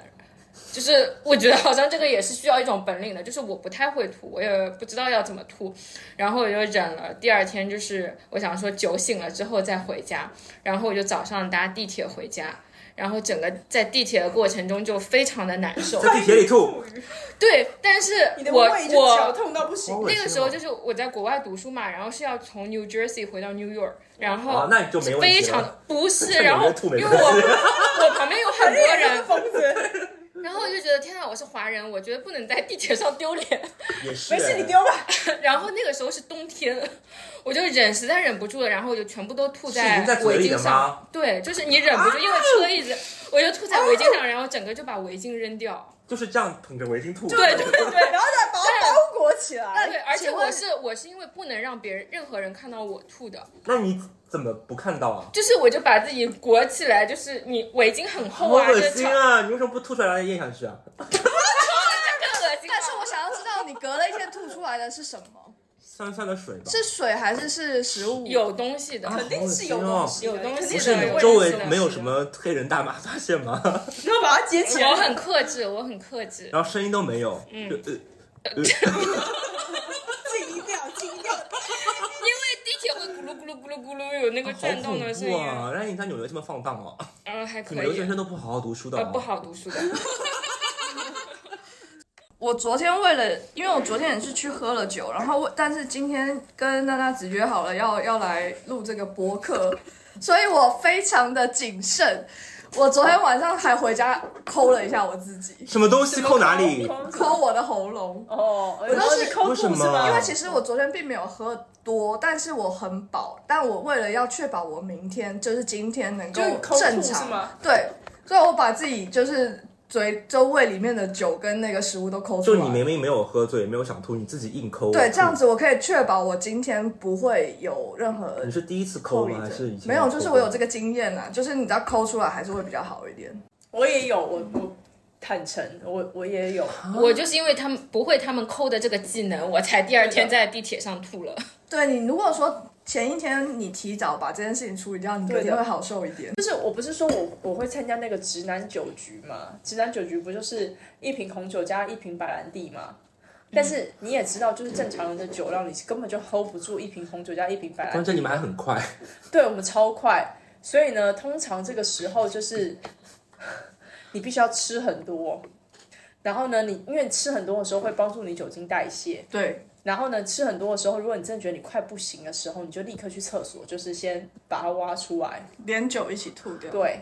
Speaker 4: 就是我觉得好像这个也是需要一种本领的，就是我不太会吐，我也不知道要怎么吐，然后我就忍了。第二天就是我想说酒醒了之后再回家，然后我就早上搭地铁回家。然后整个在地铁的过程中就非常的难受，
Speaker 3: 在地铁里吐，
Speaker 4: 对，但是
Speaker 1: 你的
Speaker 4: 我
Speaker 1: 胃就绞
Speaker 4: 我
Speaker 1: 痛到不行。
Speaker 3: 我
Speaker 4: 那个时候就是我在国外读书嘛，然后是要从 New Jersey 回到 New York，然后
Speaker 3: 啊，那你就没问题了。
Speaker 4: 非 常不是，
Speaker 3: 这
Speaker 4: 然
Speaker 3: 两
Speaker 4: 后
Speaker 3: 个吐没
Speaker 4: 因为
Speaker 3: 关系
Speaker 4: 我我旁边有很多
Speaker 1: 人
Speaker 4: 人，
Speaker 1: 疯子，
Speaker 4: 然后我就觉得天呐，我是华人，我觉得不能在地铁上丢脸。
Speaker 3: 也是。哎
Speaker 1: 没事你丢吧。
Speaker 4: 然后那个时候是冬天，我就忍实在忍不住了，然后我就全部都吐
Speaker 3: 是已
Speaker 4: 在
Speaker 3: 经在嘴
Speaker 4: 围
Speaker 3: 里
Speaker 4: 巾
Speaker 3: 了
Speaker 4: 上
Speaker 3: 吗。
Speaker 4: 对，就是你忍不住，因为车一直，我就吐在围巾上，然后整个就把围巾扔掉。
Speaker 3: 就是这样捧着围巾吐。
Speaker 4: 对对对。
Speaker 1: 然后再把它包裹起来。
Speaker 4: 对，而且
Speaker 2: 请问
Speaker 4: 我是我是因为不能让别人任何人看到我吐的，
Speaker 3: 那你怎么不看到啊？
Speaker 4: 就是我就把自己裹起来，就是你围巾很
Speaker 3: 好
Speaker 4: 厚啊，
Speaker 3: 恶
Speaker 4: 就
Speaker 3: 心
Speaker 4: 超
Speaker 3: 啊！你为什么不吐出来让它咽下去啊？
Speaker 4: 更恶心了。
Speaker 2: 但是我想要知道你隔了一天吐出来的是什么？
Speaker 3: 酸酸的水吧。
Speaker 2: 是水还是是食物？
Speaker 4: 有东西的，
Speaker 1: 肯定是有东西的，
Speaker 4: 有东
Speaker 1: 肯定
Speaker 3: 不
Speaker 4: 西的啊
Speaker 3: 啊是
Speaker 1: 有
Speaker 3: 你
Speaker 1: 味
Speaker 3: 周
Speaker 1: 道
Speaker 3: 围
Speaker 1: 的
Speaker 3: 没有什么黑人大妈发现吗？
Speaker 1: 然后把它接起来
Speaker 4: 我。很克制，我很克制。
Speaker 3: 然后声音都没有，就呃
Speaker 1: 静一调，静一调。
Speaker 4: 地铁会咕噜咕噜咕噜咕噜有那个
Speaker 3: 呃好
Speaker 4: 转动的
Speaker 3: 恐
Speaker 4: 声
Speaker 3: 怖
Speaker 4: 音，
Speaker 3: 啊！让你在纽约这么放荡哦，
Speaker 4: 嗯，还
Speaker 3: 你
Speaker 4: 可
Speaker 3: 们留学
Speaker 4: 以
Speaker 3: 生。都不好好读书的
Speaker 4: 呃，
Speaker 3: 哦
Speaker 4: 不。好读书的，
Speaker 2: 我昨天为了，因为我昨天也是去喝了酒，然后我但是今天跟娜娜子约好了要要来录这个播客，所以我非常的谨慎。我昨天晚上还回家抠了一下我自己，
Speaker 3: 什么东西扣哪里？
Speaker 2: 抠我的喉咙。
Speaker 1: 哦，我
Speaker 2: 都是
Speaker 1: 抠
Speaker 3: 为什
Speaker 1: 吐是
Speaker 3: 么
Speaker 1: 吗？
Speaker 2: 因为其实我昨天并没有喝多，但是我很饱，但我为了要确保我明天就是今天能
Speaker 1: 就
Speaker 2: 够
Speaker 1: 是抠吐
Speaker 2: 正
Speaker 1: 是
Speaker 2: 常，
Speaker 1: 吗
Speaker 2: 对，所以我把自己就是嘴就胃里面的酒跟那个食物都抠出
Speaker 3: 就
Speaker 2: 来。
Speaker 3: 你明明没有喝醉，没有想吐，你自己硬抠。
Speaker 2: 对，这样子我可以确保我今天不会有任何
Speaker 3: 你是第一次
Speaker 2: 后
Speaker 3: 抠
Speaker 2: 遗
Speaker 3: 吗？还是以
Speaker 2: 症。
Speaker 3: 前
Speaker 2: 没有，就是我有这
Speaker 3: 个。
Speaker 2: 个经验啦，就是你只要抠出来还是会比较好一点。
Speaker 1: 我也有，我我坦诚，我我也有。
Speaker 3: 啊
Speaker 4: 我就是因为他们不会他们抠的这个技能，我才第二天在地铁上 吐了。
Speaker 2: 对你如果说前一天你提早把这件事情处理掉，你隔
Speaker 1: 对
Speaker 2: 天
Speaker 1: 的
Speaker 2: 会好受一点。
Speaker 1: 就是我不是说我我会参加那个直男酒局嘛？直男酒局不就是一瓶红酒加一瓶白兰地嘛？但是你也知道，就是正常人的酒量，你是根本就 hold 不住一瓶红酒加一瓶白兰
Speaker 3: 关
Speaker 1: 地。
Speaker 3: 键你们还很快，
Speaker 1: 对我们超快，所以呢，通常这个时候就是你必须要吃很多，然后呢，你因为你吃很多的时候会帮助你酒精代谢，
Speaker 2: 对，
Speaker 1: 然后呢，吃很多的时候，如果你真的觉得你快不行的时候，你就立刻去厕所，就是先把它挖出来。
Speaker 2: 连酒一起吐掉。
Speaker 1: 对，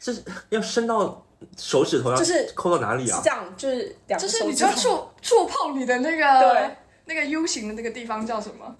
Speaker 3: 就是要伸到手指头要
Speaker 1: 就是
Speaker 3: 抠到哪里
Speaker 1: 是
Speaker 3: 啊
Speaker 1: 这？样，就是两个
Speaker 2: 就是
Speaker 1: 手
Speaker 2: 你
Speaker 1: 指
Speaker 2: 就
Speaker 1: 头
Speaker 2: 触触碰你的那个
Speaker 1: 对
Speaker 2: 那个 U 型的那个地方叫什么？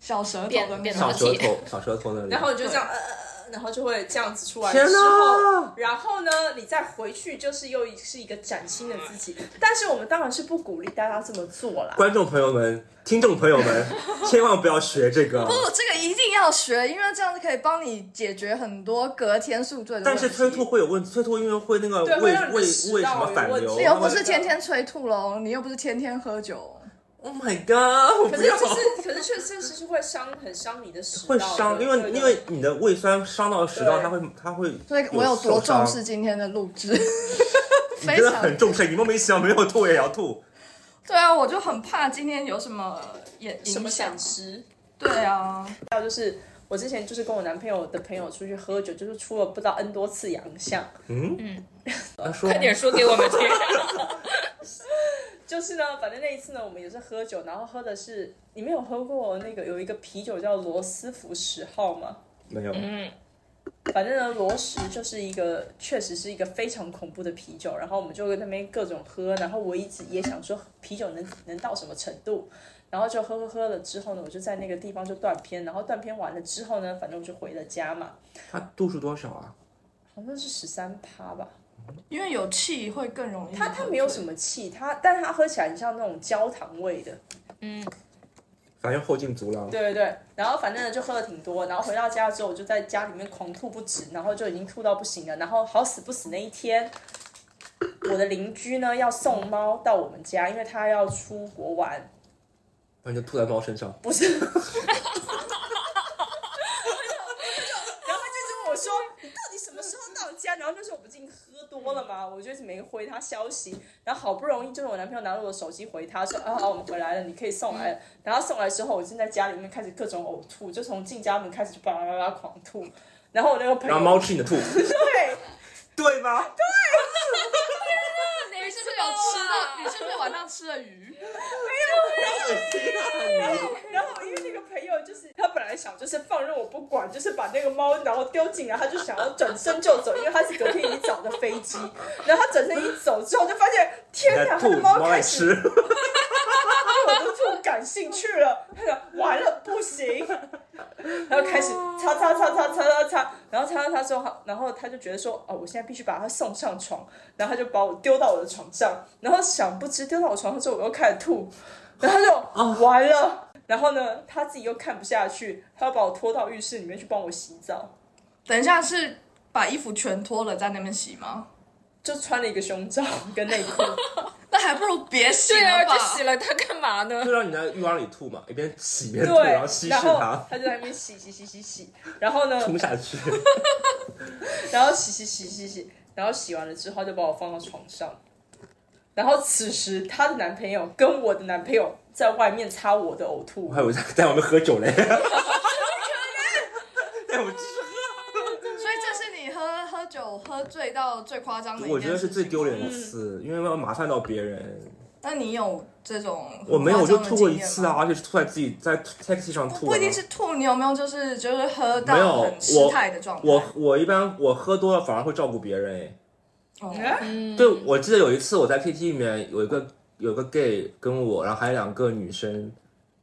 Speaker 2: 小舌头的那
Speaker 4: 变
Speaker 2: 个。
Speaker 3: 小舌头， 小舌头那里。
Speaker 1: 然后你就这样，呃呃，呃然后就会这样子出来
Speaker 3: 天
Speaker 1: 之后
Speaker 3: 哪，
Speaker 1: 然后呢，你再回去就是又是一个崭新的自己。但是我们当然是不鼓励大家这么做啦。
Speaker 3: 观众朋友们、听众朋友们， 千万不要学这个。
Speaker 2: 不，哦这个一定要学，因为这样子可以帮你解决很多隔天宿醉的问题。
Speaker 3: 但是催吐会有问题，催吐因为会那个
Speaker 1: 对会
Speaker 3: 胃胃
Speaker 1: 让你
Speaker 3: 胃
Speaker 1: 食
Speaker 3: 什
Speaker 1: 道
Speaker 3: 么
Speaker 1: 有
Speaker 3: 反
Speaker 1: 问
Speaker 3: 流。
Speaker 1: 题
Speaker 2: 你又
Speaker 1: 那
Speaker 2: 哎不
Speaker 1: 么
Speaker 2: 是天天催吐喽，你又不是天天喝酒，
Speaker 3: Oh my god！我
Speaker 1: 可
Speaker 3: 不
Speaker 1: 是
Speaker 3: 要。
Speaker 1: 就是，可是确实是会伤，很伤你的食道
Speaker 3: 会
Speaker 1: 的，
Speaker 3: 伤，因
Speaker 1: 对
Speaker 3: 为
Speaker 1: 的
Speaker 3: 因为你的胃酸伤到食道，
Speaker 1: 对
Speaker 3: 它会它会。
Speaker 2: 所以我有多
Speaker 3: 受伤
Speaker 2: 重视？今天的录 制，
Speaker 3: 你
Speaker 2: 非
Speaker 3: 真的
Speaker 2: 常
Speaker 3: 很重视，你莫名其妙没有吐也要吐。
Speaker 2: 对啊，我就很怕今天有什么也
Speaker 1: 什么
Speaker 2: 想
Speaker 1: 闪。失。
Speaker 2: 对啊，
Speaker 1: 还有就是，我之前就是跟我男朋友的朋友出去喝酒，就是出了不知道 N 多次洋相，
Speaker 3: 嗯嗯，他说
Speaker 4: 快点说给我们听。
Speaker 1: 就是呢，反正那一次呢，我们也是喝酒，然后喝的是你没有喝过那个有一个啤酒叫罗斯福十号吗？
Speaker 3: 没有，
Speaker 1: 嗯反正呢，罗石就是一个，确实是一个非常恐怖的啤酒。然后我们就在那边各种喝，然后我一直也想说啤酒能能到什么程度，然后就喝喝喝了之后呢，我就在那个地方就断片，然后断片完了之后呢，反正我就回了家嘛，
Speaker 3: 它度数多少啊？
Speaker 1: 好像是十三趴吧。
Speaker 2: 因为有气会更容易。
Speaker 1: 它它没有什么气，它但它喝起来很像那种焦糖味的，
Speaker 3: 反正后劲足了。
Speaker 1: 对对对，然后反正呢就喝了挺多，然后回到家之后我就在家里面狂吐不止，然后就已经吐到不行了，然后好死不死那一天，我的邻居呢要送猫到我们家，因为他要出国玩，
Speaker 3: 反正就吐在猫身上。
Speaker 1: 不是。然后他就跟我说：“你到底什么时候到家？”然后那时候我不是已经喝多了嘛，我就一直没回他消息。然后好不容易就是我男朋友拿着我的手机回他说：“啊，啊我们回来了，你可以送来了。”然后送来之后，我正在家里面开始各种呕吐，就从进家门开始就叭叭叭叭狂吐。然后我那个朋
Speaker 3: 让
Speaker 1: 友
Speaker 3: 猫吃你的兔，
Speaker 1: 对。
Speaker 3: 对吗？
Speaker 4: 哪
Speaker 2: 你
Speaker 4: 次
Speaker 2: 是不是有吃到？你是不是晚上吃了鱼？
Speaker 1: 然后因为那个朋友就是他本来想就是放任我不管，就是把那个猫然后丢进来，他就想要转身就走，因为他是隔天一早的飞机。然后他转身一走之后，就发现天
Speaker 3: 你
Speaker 1: 哪，
Speaker 3: 的
Speaker 1: 他
Speaker 3: 兔
Speaker 1: 的猫
Speaker 3: 猫
Speaker 1: 开
Speaker 3: 来
Speaker 1: 始
Speaker 3: 吃，
Speaker 1: 对我的兔感兴趣了，他想完了不行，然后开始擦擦擦擦擦擦擦，然后擦擦擦之后，然后他就觉得说哦，我现在必须把它送上床，然后他就把我丢到我的床上，然后想不知丢到我床上之后，我又开始吐，然后他就完了。然后呢，他自己又看不下去，他要把我拖到浴室里面去帮我洗澡，
Speaker 2: 等一下是把衣服全脱了在那边洗吗？
Speaker 1: 就穿了一个胸罩跟内裤，
Speaker 2: 那还不如别洗
Speaker 4: 对啊，
Speaker 2: 了吧。
Speaker 4: 就洗了它干嘛呢？
Speaker 3: 就让你在浴缸里吐嘛，一边洗一边吐，
Speaker 1: 对，
Speaker 3: 然
Speaker 1: 然
Speaker 3: 后稀释它，
Speaker 1: 他就在那边洗洗洗洗洗，然后呢，
Speaker 3: 冲下去。
Speaker 1: 然后洗洗洗洗洗，然后洗完了之后就把我放到床上。然后此时她的男朋友跟我的男朋友在外面擦我的呕吐
Speaker 3: 我，还以为在在外面喝酒嘞。哎，我这
Speaker 2: 所以这是你喝喝酒喝醉到最夸张的一件
Speaker 3: 我觉得是
Speaker 2: 事情
Speaker 3: 最丢脸的一次，因为要麻烦到别人。
Speaker 2: 那你有这种
Speaker 3: 我没有，我就吐过一
Speaker 2: 很夸张的经验
Speaker 3: 次
Speaker 2: 吗
Speaker 3: 啊，。而且是吐在自己在 taxi 上吐
Speaker 2: 不
Speaker 3: 啊。
Speaker 2: 一定是吐，你有没有就是就是喝
Speaker 3: 没有
Speaker 2: 到很失态的状态？
Speaker 3: 我我一般我喝多了反而会照顾别人哎。
Speaker 2: 哦
Speaker 1: 啊
Speaker 3: 对，我记得有一次我在 KT 里面有一个有一个 gay 跟我，然后还有两个女生，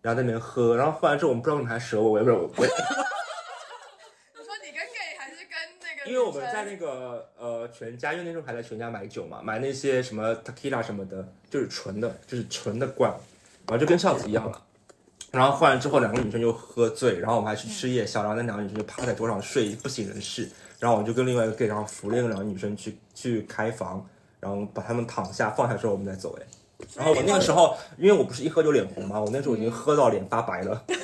Speaker 3: 然后在那边喝，然后喝完之后我们不知道为什么还折我，我也不知道我
Speaker 2: 你
Speaker 3: 我，
Speaker 2: 说你跟 gay 还是跟那个女生？
Speaker 3: 因为我们在那个呃全家，因为那时候还在全家买酒嘛，买那些什么 tequila 什么的，就是纯的，就是纯的罐，然后就跟上次一样了。然后喝完之后，两个女生就喝醉，然后我们还去吃夜宵，然后那两个女生就趴在桌上睡，不省人事。然后我就跟另外一个 gay，然后扶另外两个女生去去开房，然后把她们躺下放下之后，我们再走。哎，然后我那个时候，因为我不是一喝就脸红嘛，我那时候已经喝到脸发白了。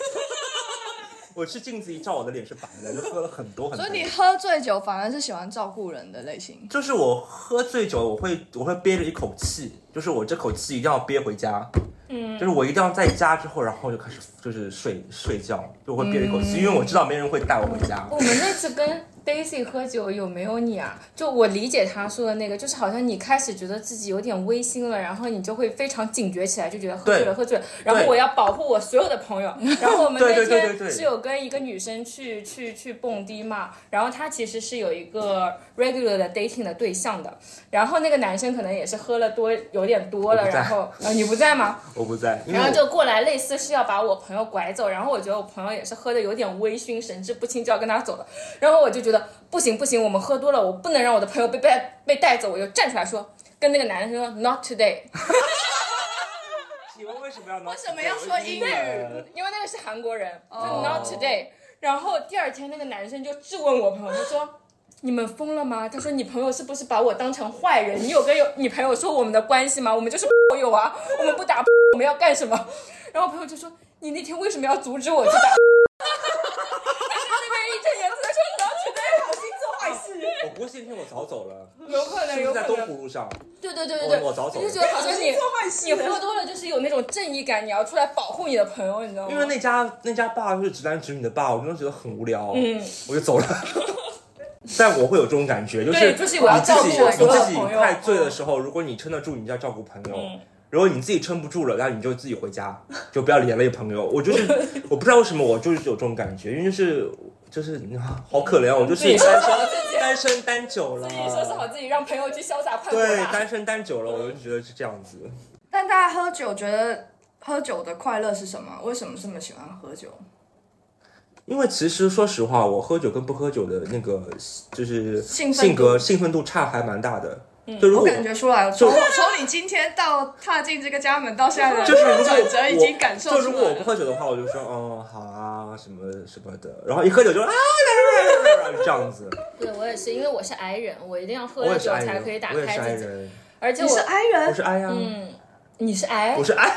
Speaker 3: 我去镜子一照，我的脸是白的，就喝了很多很多。
Speaker 2: 所以你喝醉酒反而是喜欢照顾人的类型。
Speaker 3: 就是我喝醉酒，我会我会憋着一口气，就是我这口气一定要憋回家。嗯，就是我一定要在家之后，然后就开始就是睡睡觉，就会憋着一口气，因为我知道没人会带我回家。
Speaker 4: 我们那次跟 Daisy 喝酒有没有你啊？就我理解他说的那个，就是好像你开始觉得自己有点微醺了，然后你就会非常警觉起来，就觉得喝醉了，
Speaker 3: 对
Speaker 4: 喝醉了，然后我要保护我所有的朋友。然后我们
Speaker 3: 对
Speaker 4: 那
Speaker 3: 对对对
Speaker 4: 天
Speaker 3: 对
Speaker 4: 是有跟一个女生去去去蹦迪嘛，然后她其实是有一个 regular 的 dating 的对象的，然后那个男生可能也是喝了多有点多
Speaker 3: 我
Speaker 4: 了，
Speaker 3: 不在
Speaker 4: 然后呃你不在吗？
Speaker 3: 我不在，因为
Speaker 4: 然后
Speaker 3: 我
Speaker 4: 就过来，类似是要把我朋友拐走，然后我觉得我朋友也是喝的有点微醺，神志不清，就要跟他走了。然后我就觉得不行不行，我们喝多了，我不能让我的朋友被被被带走，我就站出来说，跟那个男的说 not today，
Speaker 3: 你们为什么要为
Speaker 2: 为什么要说英语？
Speaker 4: 因为那个是韩国人，就 not today。然后第二天那个男生就质问我朋友，他说。你们疯了吗？他说你朋友是不是把我当成坏人？你有跟有你朋友说我们的关系吗？我们就是朋友啊，我们不打，我们要干什么？然后我朋友就说你那天为什么要阻止我去打？但是那边义正言辞的说你要去打，
Speaker 1: 好心做坏事。
Speaker 3: 我估计那天我早走了，
Speaker 4: 有可
Speaker 3: 是
Speaker 4: 能
Speaker 3: 不
Speaker 4: 有
Speaker 3: 是
Speaker 4: 可
Speaker 3: 在东
Speaker 4: 能，
Speaker 3: 湖路上？
Speaker 4: 对对对对对，
Speaker 3: 我我早走
Speaker 4: 就觉得好像你
Speaker 1: 做坏事
Speaker 4: 你喝多了就是有那种正义感，你要出来保护你的朋友，你知道吗？
Speaker 3: 因为那家那家爸就是直男直女的爸，我真的觉得很无聊，嗯，我就走了。 但我会有这种感觉，就是
Speaker 4: 对
Speaker 3: 你
Speaker 4: 就
Speaker 3: 自
Speaker 4: 是
Speaker 3: 己
Speaker 4: 我要照顾我
Speaker 3: 你
Speaker 4: 所有
Speaker 3: 自
Speaker 4: 的
Speaker 3: 己
Speaker 4: 朋友嗯
Speaker 3: 太醉的时候，如果你撑得住，你就要照顾朋友，如果你自己撑不住了，那你就自己回家，就不要连累朋友。我就是 我不知道为什么我就是有这种感觉，因为就是就是你看好可怜，我就
Speaker 1: 自
Speaker 3: 是
Speaker 1: 己
Speaker 3: 单身
Speaker 4: 说自 己
Speaker 3: 单身单久了
Speaker 4: 自，己收拾好自己，让朋友去潇洒快活
Speaker 3: 对
Speaker 4: 吧。
Speaker 3: 单身单久了，我就觉得是这样子。
Speaker 2: 但大家喝酒觉得喝酒的快乐是什么？为什么这么喜欢喝酒？
Speaker 3: 因为其实说实话，我喝酒跟不喝酒的那个就是
Speaker 2: 兴奋度
Speaker 3: 性格兴奋度差还蛮大的。
Speaker 4: 嗯
Speaker 3: 就如
Speaker 2: 我
Speaker 3: 果
Speaker 2: 感觉出来了，从我从你今天到踏进这个家门到现 在的
Speaker 3: 就是如果
Speaker 2: 转折已经感受
Speaker 3: 就
Speaker 2: 出
Speaker 3: 如
Speaker 2: 来
Speaker 3: 果我不
Speaker 2: 了。
Speaker 3: 喝酒的话，我就说哦好啊什么什么的，然后一喝 酒就啊来来来来啊来这样子。
Speaker 4: 对，我也是，因为我是 I 人，我一定要喝
Speaker 3: 我
Speaker 4: 了
Speaker 3: 也是
Speaker 4: 酒
Speaker 3: I
Speaker 4: 才
Speaker 3: 人，
Speaker 4: 可以打
Speaker 3: 我也是 I
Speaker 4: 开自己。
Speaker 3: 人，
Speaker 4: 而且
Speaker 2: 你
Speaker 4: 我
Speaker 2: 是 I
Speaker 3: 我
Speaker 2: 人，
Speaker 3: 是 I 啊，
Speaker 4: 嗯，你是 I，
Speaker 3: 我是 I，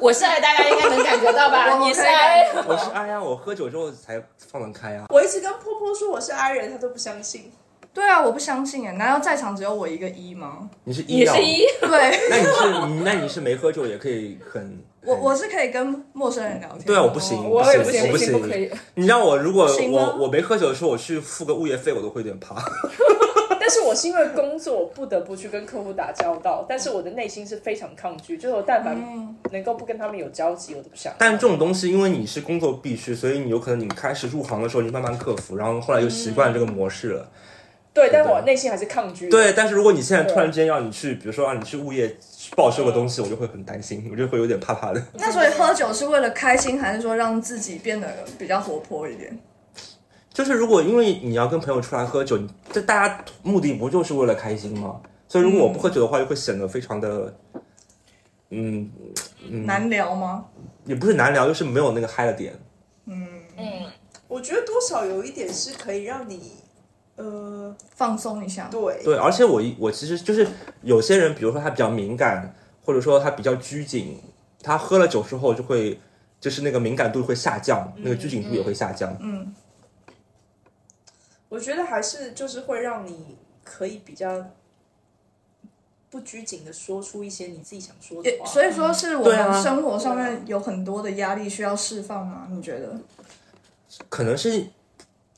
Speaker 4: 我是 I，大家应该能感觉到吧？
Speaker 2: 我
Speaker 4: 你是
Speaker 2: 可以
Speaker 4: I，
Speaker 3: 我是 I 啊，我喝酒之后才放得开啊。
Speaker 1: 我一直跟波波说我是 I 人，他都不相信。
Speaker 2: 对啊，我不相信哎，难道在场只有我一个一吗？
Speaker 3: 你是
Speaker 4: 你
Speaker 3: E 啊
Speaker 4: 是？一，
Speaker 2: 对，
Speaker 3: 那你是你那你是没喝酒也可以很
Speaker 2: 我
Speaker 3: 很
Speaker 2: 我是可以跟陌生人聊天。
Speaker 3: 对啊，我不行，
Speaker 4: 我也
Speaker 3: 行，
Speaker 4: 不行，
Speaker 3: 我不
Speaker 4: 行，不可以。
Speaker 3: 你让我如果
Speaker 2: 行吗
Speaker 3: 我我没喝酒的时候，我去付个物业费，我都会有点怕。
Speaker 1: 但是我是因为工作不得不去跟客户打交道，但是我的内心是非常抗拒，就是我但凡能够不跟他们有交集，我都不想。
Speaker 3: 但这种东西，因为你是工作必须，所以你有可能你开始入行的时候，你慢慢克服，然后后来就习惯这个模式了。
Speaker 1: 对，但我内心还是抗拒。，
Speaker 3: 对，但是如果你现在突然之间要你去，比如说让啊你去物业去报修个东西，我就会很担心，我就会有点怕怕的。
Speaker 2: 那所以喝酒是为了开心，还是说让自己变得比较活泼一点？
Speaker 3: 就是如果因为你要跟朋友出来喝酒，你这大家目的不就是为了开心吗？所以如果我不喝酒的话，就会显得非常的，嗯，
Speaker 2: 难聊吗？
Speaker 3: 也不是难聊，就是没有那个嗨的点。
Speaker 4: 嗯，
Speaker 1: 我觉得多少有一点是可以让你，呃，
Speaker 2: 放松一下。
Speaker 1: 对，
Speaker 3: 对，而且我一我其实就是有些人，比如说他比较敏感，或者说他比较拘谨，他喝了酒之后就会，就是那个敏感度会下降，那个拘谨度也会下降。
Speaker 2: 嗯，
Speaker 1: 我觉得还是就是会让你可以比较不拘谨的说出一些你自己想说的
Speaker 2: 也
Speaker 1: 话。
Speaker 2: 所以说是我
Speaker 3: 对啊
Speaker 2: 们生活上面有很多的压力需要释放吗？你觉得？
Speaker 3: 可能是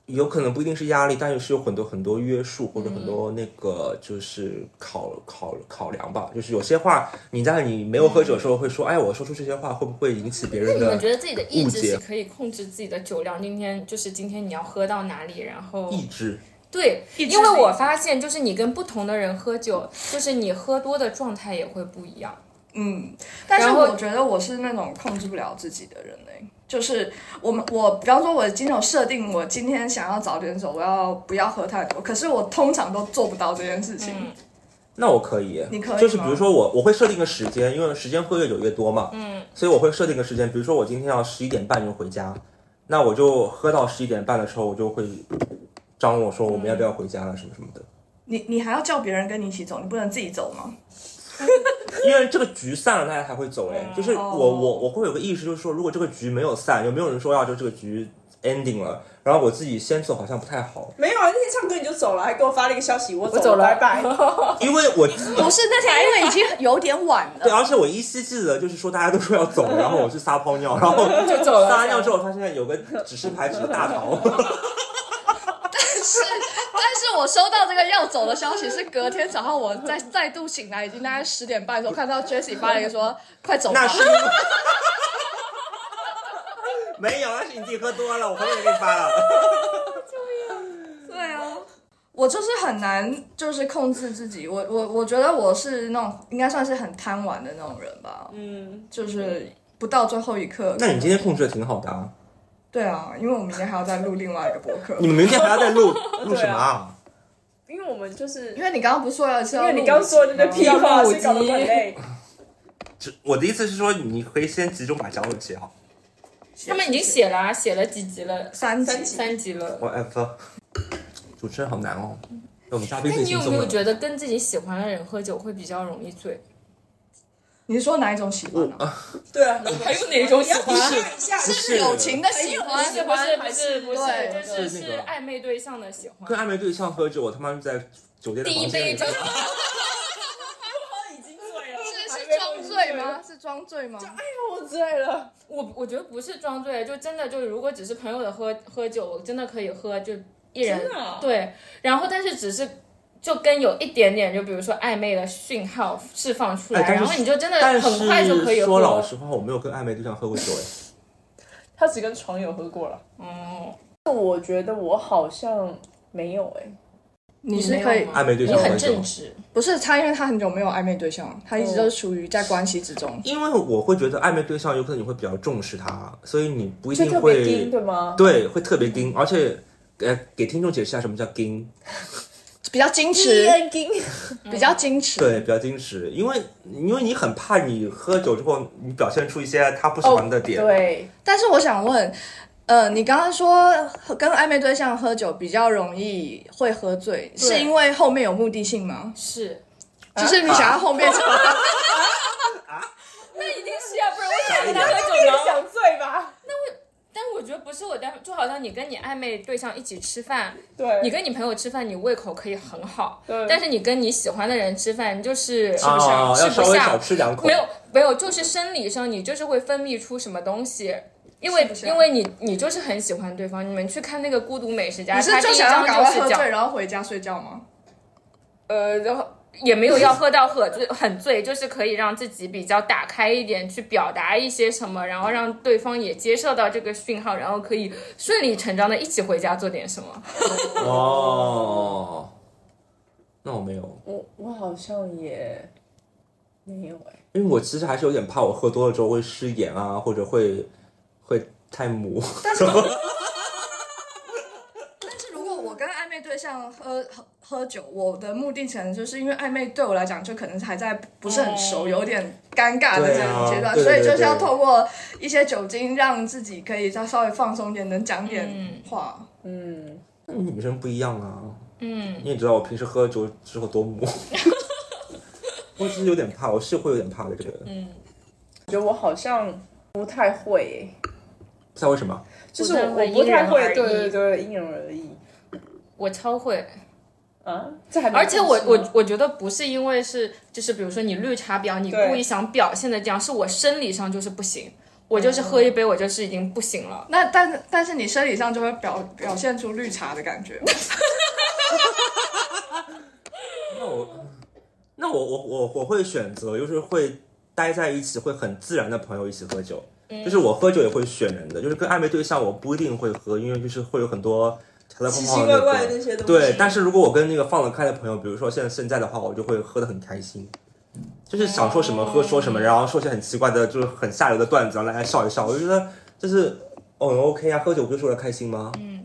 Speaker 3: 有可能不一定是压力，但是是有很多很多约束或者
Speaker 4: 嗯
Speaker 3: 很多那个就是考考考量吧。就是有些话你在你没有喝酒的时候会说，哎，我说出这些话会不会引起别人
Speaker 4: 你们
Speaker 3: 的
Speaker 4: 觉得自己的意志
Speaker 3: 误解
Speaker 4: 是可以控制自己的酒量？今天就是今天你要喝到哪里，然后
Speaker 3: 意志？
Speaker 4: 对，
Speaker 2: 意志
Speaker 4: 因为
Speaker 2: 力
Speaker 4: 我发现就是你跟不同的人喝酒，就是你喝多的状态也会不一样。
Speaker 2: 嗯，但是
Speaker 4: 然后
Speaker 2: 我觉得我是那种控制不了自己的人嘞、就是我们我，比方说，我今天有设定，我今天想要早点走，我要不要喝太多？可是我通常都做不到这件事情。
Speaker 3: 那我可以，
Speaker 2: 你可以
Speaker 3: 就是比
Speaker 2: 吗
Speaker 3: 如说我我会设定个时间，因为时间喝越久越多嘛，嗯，所以我会设定个时间，比如说我今天要十一点半就回家，那我就喝到十一点半的时候，我就会张罗说我们要不要回家了什么什么的，
Speaker 2: 你你还要叫别人跟你一起走，你不能自己走吗？
Speaker 3: 因为这个局散了大家才会走哎，就是
Speaker 2: 嗯哦
Speaker 3: 我我我会有个意识，就是说如果这个局没有散，有没有人说要就这个局 ending 了，然后我自己先走好像不太好，
Speaker 1: 没有啊，那天唱歌你就走了，还给我发了一个消息，我走
Speaker 4: 我走了
Speaker 1: 拜 拜。
Speaker 2: 哦
Speaker 3: 因为我
Speaker 2: 不是那天，因为已经有点晚
Speaker 3: 对，
Speaker 2: 了。
Speaker 3: 而且我依稀记得，就是说大家都说要走，然后我去撒 泡尿，然后
Speaker 4: 就走了
Speaker 3: 撒完尿之后，发现有个指示牌指着大逃。
Speaker 2: 是，但是我收到这个要走的消息是隔天早上，我再再度醒来，已经大概十点半的时候，看到 Jessie 发了一 个说快走
Speaker 3: 那
Speaker 2: 吧。
Speaker 3: 是 因为没有，那是你自己喝多了，我朋友也给你发了。
Speaker 2: 对啊，我就是很难，就是控制自己。我我我觉得我是那种应该算是很贪玩的那种人吧，
Speaker 1: 嗯，
Speaker 2: 就是不到最后一刻。
Speaker 3: 那你今天控制的挺好的啊，
Speaker 2: 对啊，因为我明天还要再录另外一个博客
Speaker 3: 你。们明天还要再 录录什么啊？
Speaker 1: 因为我们就是
Speaker 2: 因为你刚刚不是说要是
Speaker 1: 因
Speaker 2: 要
Speaker 1: 为
Speaker 2: 录，
Speaker 1: 你刚说的那堆屁话，
Speaker 4: 录
Speaker 1: 所
Speaker 4: 五
Speaker 1: 以搞得我很累。
Speaker 3: 这我的意思是说，你可以先集中把脚本写好。
Speaker 4: 他们已经写了、啊，写了几集了，
Speaker 2: 三
Speaker 1: 三
Speaker 2: 集
Speaker 1: 集
Speaker 4: 三集了。
Speaker 3: 我 F，主持人好难哦。我们嘉宾
Speaker 4: 那
Speaker 3: 最
Speaker 4: 哎你
Speaker 3: 轻
Speaker 4: 有
Speaker 3: 松
Speaker 4: 没有
Speaker 3: 了。
Speaker 4: 觉得跟自己喜欢的人喝酒会比较容易醉？
Speaker 2: 你是说哪一种喜欢啊？
Speaker 1: 对啊，
Speaker 4: 还有哪种喜欢
Speaker 1: 你要评价一下，
Speaker 3: 哦是
Speaker 2: 友情的
Speaker 1: 哎
Speaker 2: 喜
Speaker 4: 不
Speaker 2: 欢，
Speaker 4: 是不是不是不
Speaker 2: 对
Speaker 4: 是，就是
Speaker 3: 是那
Speaker 4: 是
Speaker 3: 个
Speaker 4: 暧昧对象的喜
Speaker 3: 跟
Speaker 4: 欢。
Speaker 3: 暧昧对象喝酒，我他妈就在酒店的
Speaker 4: 第
Speaker 3: 房
Speaker 4: 一
Speaker 3: 间
Speaker 4: 杯
Speaker 3: 里
Speaker 4: 就。
Speaker 1: 已经醉了，
Speaker 2: 是是装醉吗？是装醉吗？
Speaker 1: 我醉了，
Speaker 4: 我我觉得不是装醉，就真的就如果只是朋友的喝喝酒，我真的可以喝，就一人
Speaker 1: 真的啊
Speaker 4: 对。然后但是只是就跟有一点点，就比如说暧昧的讯号释放出来，
Speaker 3: 哎但是
Speaker 4: 然后你就真的
Speaker 3: 但是
Speaker 4: 很快就可以
Speaker 3: 说
Speaker 4: 喝
Speaker 3: 老实话，我没有跟暧昧对象喝过酒哎。
Speaker 1: 他只跟床友喝过了。
Speaker 4: 哦，
Speaker 1: 我觉得我好像没有哎、
Speaker 2: 你是
Speaker 4: 没有
Speaker 2: 可以
Speaker 4: 吗
Speaker 3: 暧昧对
Speaker 4: 你
Speaker 3: 象
Speaker 4: 很
Speaker 3: 喝酒
Speaker 4: 正直，
Speaker 2: 不是他，因为他很久没有暧昧对象，他一直都是处于在关系之
Speaker 1: 哦
Speaker 2: 中。
Speaker 3: 因为我会觉得暧昧对象有可能你会比较重视他，所以你不一
Speaker 1: 就
Speaker 3: 定
Speaker 1: 特别
Speaker 3: 会
Speaker 1: 盯对吗？
Speaker 4: 嗯
Speaker 3: 对会特别盯，而且呃给听众解释一下什么叫盯，
Speaker 4: 嗯
Speaker 2: 比较矜持，
Speaker 1: 盯，
Speaker 2: 比较矜持。
Speaker 3: 对比较矜持，因为因为你很怕你喝酒之后你表现出一些他不喜
Speaker 4: 哦
Speaker 3: 欢的点，
Speaker 1: 对，
Speaker 2: 但是我想问，呃，你刚刚说跟暧昧对象喝酒比较容易会喝醉，
Speaker 1: 对
Speaker 2: 是因为后面有目的性吗？啊
Speaker 4: 是，
Speaker 2: 就是你想要后面
Speaker 4: 那一定是啊要、不然为什么跟他喝
Speaker 1: 有
Speaker 4: 酒
Speaker 1: 点
Speaker 4: 呢？
Speaker 1: 想醉吧？
Speaker 4: 但我觉得不是我单，就好像你跟你暧昧对象一起吃饭，
Speaker 1: 对，
Speaker 4: 你跟你朋友吃饭，你胃口可以很好，
Speaker 1: 对
Speaker 4: 但是你跟你喜欢的人吃饭，你就是吃不
Speaker 3: 啊
Speaker 4: 下，
Speaker 3: 要稍
Speaker 4: 吃不
Speaker 3: 微
Speaker 4: 下
Speaker 3: 少，吃两口，
Speaker 4: 没有没有，就是生理上你就是会分泌出什么东西，因
Speaker 2: 是
Speaker 4: 为
Speaker 2: 不是啊
Speaker 4: 因为你你就是很喜欢对方。你们去看那个《孤独美食家
Speaker 2: 你》，
Speaker 4: 他
Speaker 2: 是
Speaker 4: 第
Speaker 2: 就
Speaker 4: 一
Speaker 2: 想要赶
Speaker 4: 章
Speaker 2: 快
Speaker 4: 就是
Speaker 2: 喝醉，
Speaker 4: 讲
Speaker 2: 然后回家睡觉吗？
Speaker 4: 呃，然后。也没有要喝到喝醉很醉， 就是可以让自己比较打开一点，去表达一些什么，然后让对方也接受到这个讯号，然后可以顺理成章的一起回家做点什么。
Speaker 3: 哦，那我没有，
Speaker 1: 我我好像也没有哎、
Speaker 3: 因为我其实还是有点怕我喝多了之后会失言啊，或者会会太母。
Speaker 2: 但是如果我跟暧昧对象喝喝喝酒，我的目的可能就是因为暧昧对我来讲，就可能还在不是很熟，
Speaker 4: 哦
Speaker 2: 有点尴尬的
Speaker 3: 对
Speaker 2: 这种
Speaker 3: 啊
Speaker 2: 阶段，
Speaker 3: 对
Speaker 2: 所
Speaker 3: 对
Speaker 2: 以就是
Speaker 3: 对
Speaker 2: 要透过一些酒精让自己可以再稍微放松一点，能讲点话。
Speaker 1: 嗯，
Speaker 3: 女生不一样啊，
Speaker 4: 嗯，
Speaker 3: 你也知道我平时喝酒之后多 母，我只是有点怕，我是会有点怕的这个人，
Speaker 4: 嗯
Speaker 1: 我觉得我好像不太会哎、
Speaker 3: 不知道为什么。
Speaker 1: 就是
Speaker 4: 不
Speaker 1: 我
Speaker 4: 太会
Speaker 1: 我不
Speaker 4: 因
Speaker 1: 太
Speaker 4: 人
Speaker 1: 会，
Speaker 4: 而
Speaker 1: 对对
Speaker 4: 异
Speaker 1: 对，因人而异
Speaker 4: 我超会，嗯
Speaker 1: 啊，这还没
Speaker 4: 而且我
Speaker 1: 开始
Speaker 4: 我
Speaker 1: 吗
Speaker 4: 我觉得不是因为是就是比如说你绿茶婊，你
Speaker 1: 对
Speaker 4: 故意想表现的这样，是我生理上就是不行，我就是喝一杯我就是已经不行了。
Speaker 2: 那但但是你生理上就会表表现出绿茶的感觉，
Speaker 3: 那我，那我我我我会选择就是会待在一起，会很自然的朋友一起喝酒。
Speaker 1: 嗯
Speaker 3: 就是我喝酒也会选人的，就是跟暧昧对象我不一定会喝，因为就是会有很多条条框
Speaker 1: 奇
Speaker 3: 框
Speaker 1: 奇
Speaker 3: 的
Speaker 1: 怪
Speaker 3: 那个
Speaker 1: 怪的那些东西，
Speaker 3: 对，但是如果我跟那个放得开的朋友，比如说现在现在的话，我就会喝得很开心，就是想说什么喝说什
Speaker 1: 哦
Speaker 3: 么，然后说些很奇怪的，就是很下流的段子，然后大家笑一笑。我就觉得就是哦 OK 啊，喝酒不就是为了开心吗？
Speaker 1: 嗯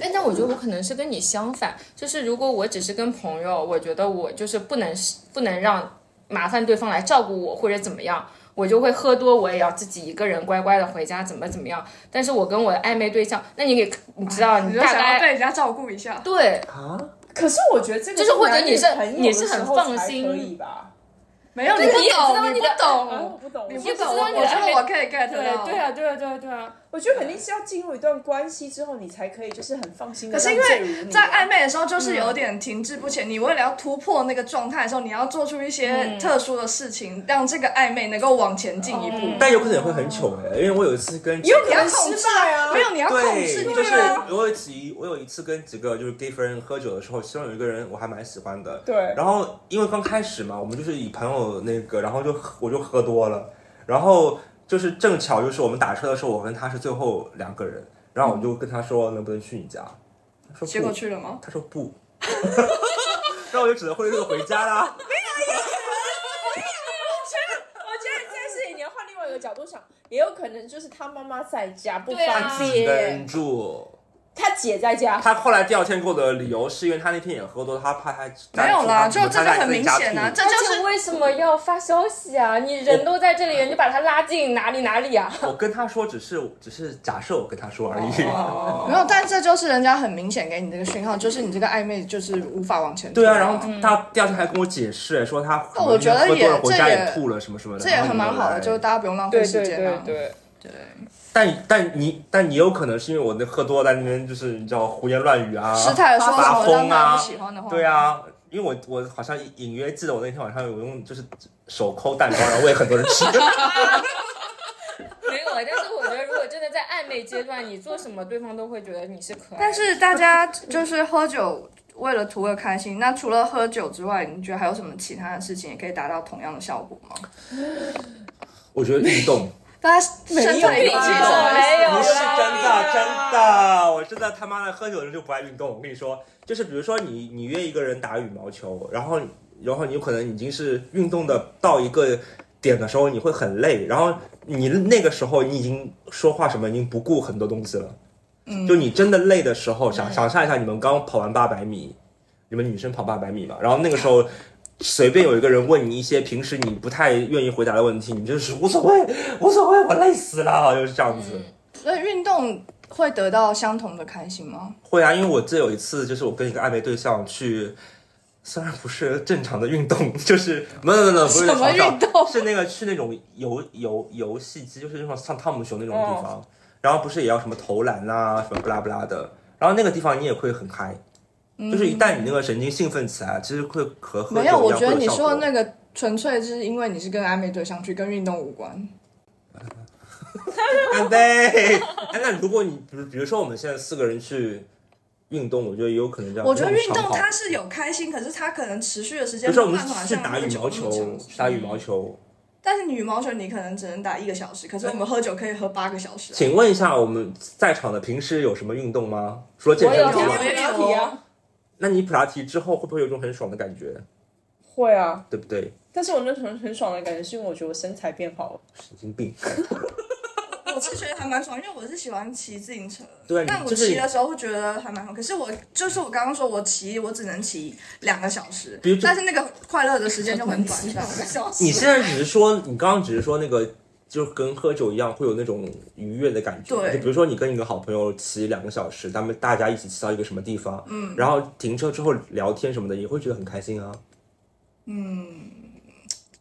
Speaker 4: 哎，那我觉得我可能是跟你相反，就是如果我只是跟朋友，我觉得我就是不能是不能让麻烦对方来照顾我或者怎么样，我就会喝多，我也要自己一个人乖乖的回家，怎么怎么样。但是我跟我的暧昧对象，那你给你知道，
Speaker 2: 你
Speaker 4: 你
Speaker 2: 就
Speaker 4: 大
Speaker 2: 哎想要
Speaker 4: 概
Speaker 2: 被人家照顾一下。
Speaker 4: 对
Speaker 3: 啊，
Speaker 1: 可是我觉得这个
Speaker 4: 就是或者
Speaker 1: 男女
Speaker 4: 你是
Speaker 1: 朋友
Speaker 4: 你
Speaker 1: 的
Speaker 4: 是
Speaker 1: 时
Speaker 4: 很
Speaker 1: 候
Speaker 4: 放
Speaker 1: 才
Speaker 4: 心
Speaker 1: 可以吧？
Speaker 2: 没有，
Speaker 4: 对
Speaker 2: 不
Speaker 4: 你也知道
Speaker 2: 懂，
Speaker 4: 你
Speaker 2: 不
Speaker 4: 的
Speaker 1: 啊，我
Speaker 2: 懂，
Speaker 1: 不懂，
Speaker 2: 你
Speaker 1: 我
Speaker 4: 也
Speaker 2: 不
Speaker 4: 哦不知
Speaker 2: 懂。
Speaker 4: 道你的
Speaker 2: 我觉得
Speaker 4: 暧昧
Speaker 2: 我可以 get 到。
Speaker 4: 对对啊对啊对啊对啊，
Speaker 1: 我觉得肯定是要进入一段关系之后，你才可以就是很放心的。
Speaker 2: 可是因为在暧，昧的时候，
Speaker 4: 嗯
Speaker 2: 就是有点停滞不前。你为了要突破那个状态的时候，你要做出一
Speaker 4: 嗯
Speaker 2: 些特殊的事情，让这个暧昧能够往前进一步。
Speaker 4: 哦
Speaker 3: 但有可能也会很糗哎、因为我有一次跟
Speaker 1: 也有可
Speaker 2: 你要
Speaker 1: 能
Speaker 2: 控制
Speaker 1: 失败啊
Speaker 2: 没有，你要控制，
Speaker 3: 对，就是
Speaker 2: 对啊
Speaker 3: 我有一次，我有一次跟几个就是 gay friend 喝酒的时候，其中有一个人我还蛮喜欢的。
Speaker 1: 对
Speaker 3: 然后因为刚开始嘛，我们就是以朋友那个，然后就喝我就喝多了，然后就是正巧就是我们打车的时候，我跟他是最后两个人，然后我就跟他说能不能去你家，他说
Speaker 2: 结果
Speaker 3: 不，
Speaker 2: 去了吗？
Speaker 3: 他说不， 然后我就只能灰溜溜地回家啦。
Speaker 1: 我觉得这件事情你要换另外一个角度想，也有可能就是他妈妈在家不
Speaker 4: 对啊
Speaker 1: 方
Speaker 3: 忍
Speaker 1: 便，
Speaker 3: 住。
Speaker 1: 他姐在家，
Speaker 3: 他后来第二天给我的理由是因为他那天也喝多，他怕他
Speaker 2: 没有啦，就
Speaker 3: 他
Speaker 2: 这就很明显
Speaker 3: 他在自己家
Speaker 2: 啊，
Speaker 3: 吐
Speaker 2: 这就是
Speaker 4: 而且为什么要发消息啊？你人都在这里，你把他拉进哪里哪里啊？
Speaker 3: 我跟他说只是只是假设我跟他说而已。哦
Speaker 2: 没有，但这就是人家很明显给你这个讯号，就是你这个暧昧就是无法往前。
Speaker 3: 对啊，然后他第二天还跟我解释说他
Speaker 2: 那我觉得
Speaker 3: 喝多了
Speaker 2: 也
Speaker 3: 回家
Speaker 2: 这也
Speaker 3: 也吐了什么什么的，
Speaker 2: 这也
Speaker 3: 然后哎
Speaker 2: 很蛮好
Speaker 3: 没有
Speaker 2: 的，
Speaker 3: 来
Speaker 2: 就是大家不用浪费时间啊嘛。
Speaker 1: 对，
Speaker 3: 但但你但你有可能是因为我那喝多在那边就是你知道胡言乱语啊，
Speaker 2: 失态说什
Speaker 3: 发
Speaker 2: 么
Speaker 3: 疯
Speaker 2: 让他
Speaker 3: 啊
Speaker 2: 不喜欢的话，
Speaker 3: 对，啊，因为我我好像隐约记得我那天晚上有用就是手抠蛋糕，然后喂很多人吃。
Speaker 4: 没有，了，但是我觉得如果真的在暧昧阶段，你做什么对方都会觉得你是可爱的。
Speaker 2: 但是大家就是喝酒为了图个开心，那除了喝酒之外，你觉得还有什么其他的事情也可以达到同样的效果吗？
Speaker 3: 我觉得运动，
Speaker 2: 大家身
Speaker 1: 没
Speaker 2: 体
Speaker 1: 有
Speaker 2: 力
Speaker 1: 吧
Speaker 2: 行啊
Speaker 4: 没有
Speaker 3: 不是
Speaker 4: 啦
Speaker 3: 真的，真的，我真的他妈的喝酒的人就不爱运动。我跟你说，就是比如说你你约一个人打羽毛球，然后然后你有可能已经是运动的到一个点的时候，你会很累，然后你那个时候你已经说话什么已经不顾很多东西了。就你真的累的时候，想想象一下，你们刚跑完八百米，你们女生跑八百米嘛，然后那个时候。随便有一个人问你一些平时你不太愿意回答的问题，你就是无所谓，无所谓，我累死了，就是这样子。
Speaker 2: 所以运动会得到相同的开心吗？
Speaker 3: 会啊，因为我记得有一次，就是我跟一个暧昧对象去，虽然不是正常的运动， 就是没有没有没有，不是在
Speaker 2: 什么
Speaker 3: 床上
Speaker 2: 运动
Speaker 3: 是那个去那种游游游戏机，就是那种像汤姆熊那种地
Speaker 2: 哦
Speaker 3: 方，然后不是也要什么投篮啦、什么不拉不拉的，然后那个地方你也会很嗨，就是一旦你那个神经兴奋起来，其实会和
Speaker 2: 嗯
Speaker 3: 喝酒
Speaker 2: 没
Speaker 3: 一样
Speaker 2: 有，
Speaker 3: 会
Speaker 2: 我
Speaker 3: 有
Speaker 2: 觉得你
Speaker 3: 效
Speaker 2: 说的
Speaker 3: 果
Speaker 2: 那个纯粹是因为你是跟暧昧对象去，跟运动无关。
Speaker 3: 干杯！哎，那如果你比如比如说我们现在四个人去运动，我觉得也有可能这样。
Speaker 2: 我觉得
Speaker 3: 那
Speaker 2: 运
Speaker 3: 种啊长
Speaker 2: 动
Speaker 3: 跑
Speaker 2: 它是有开心，可是它可能持续的时
Speaker 3: 比
Speaker 2: 间
Speaker 3: 如说我
Speaker 2: 没
Speaker 3: 们
Speaker 2: 办法
Speaker 3: 去
Speaker 2: 像
Speaker 3: 打
Speaker 2: 喝
Speaker 3: 羽
Speaker 2: 酒
Speaker 3: 毛
Speaker 2: 那么
Speaker 3: 球
Speaker 2: 长时，间
Speaker 3: 打羽毛球。
Speaker 2: 但是羽毛球你可能只能打一个小时，可是我们喝酒可以喝八个小时啊、
Speaker 3: 请问一下，我们在场的平时有什么运动吗？除了健
Speaker 4: 我有
Speaker 3: 身之
Speaker 4: 天
Speaker 3: 外，
Speaker 2: 天
Speaker 1: 普拉提啊，
Speaker 3: 那你普拉提之后会不会有一种很爽的感觉？
Speaker 1: 会啊。
Speaker 3: 对不对？
Speaker 1: 但是我那很很爽的感觉，是因为我觉得我身材变好了。
Speaker 3: 神经病！
Speaker 2: 我是觉得还蛮爽，因为我是喜欢骑自行车。
Speaker 3: 对啊，
Speaker 2: 但
Speaker 3: 你
Speaker 2: 我
Speaker 3: 就
Speaker 2: 骑
Speaker 3: 是
Speaker 2: 的时候会觉得还蛮好，可是我就是我刚刚说，我骑我只能骑两个小时
Speaker 3: 比如，
Speaker 2: 但是那个快乐的时间就很短暂。
Speaker 3: 你现在只是说，你刚刚只是说那个，就跟喝酒一样，会有那种愉悦的感觉。
Speaker 2: 对
Speaker 3: 就比如说你跟一个好朋友骑两个小时，他们大家一起骑到一个什么地方，嗯，然后停车之后聊天什么的，也会觉得很开心啊。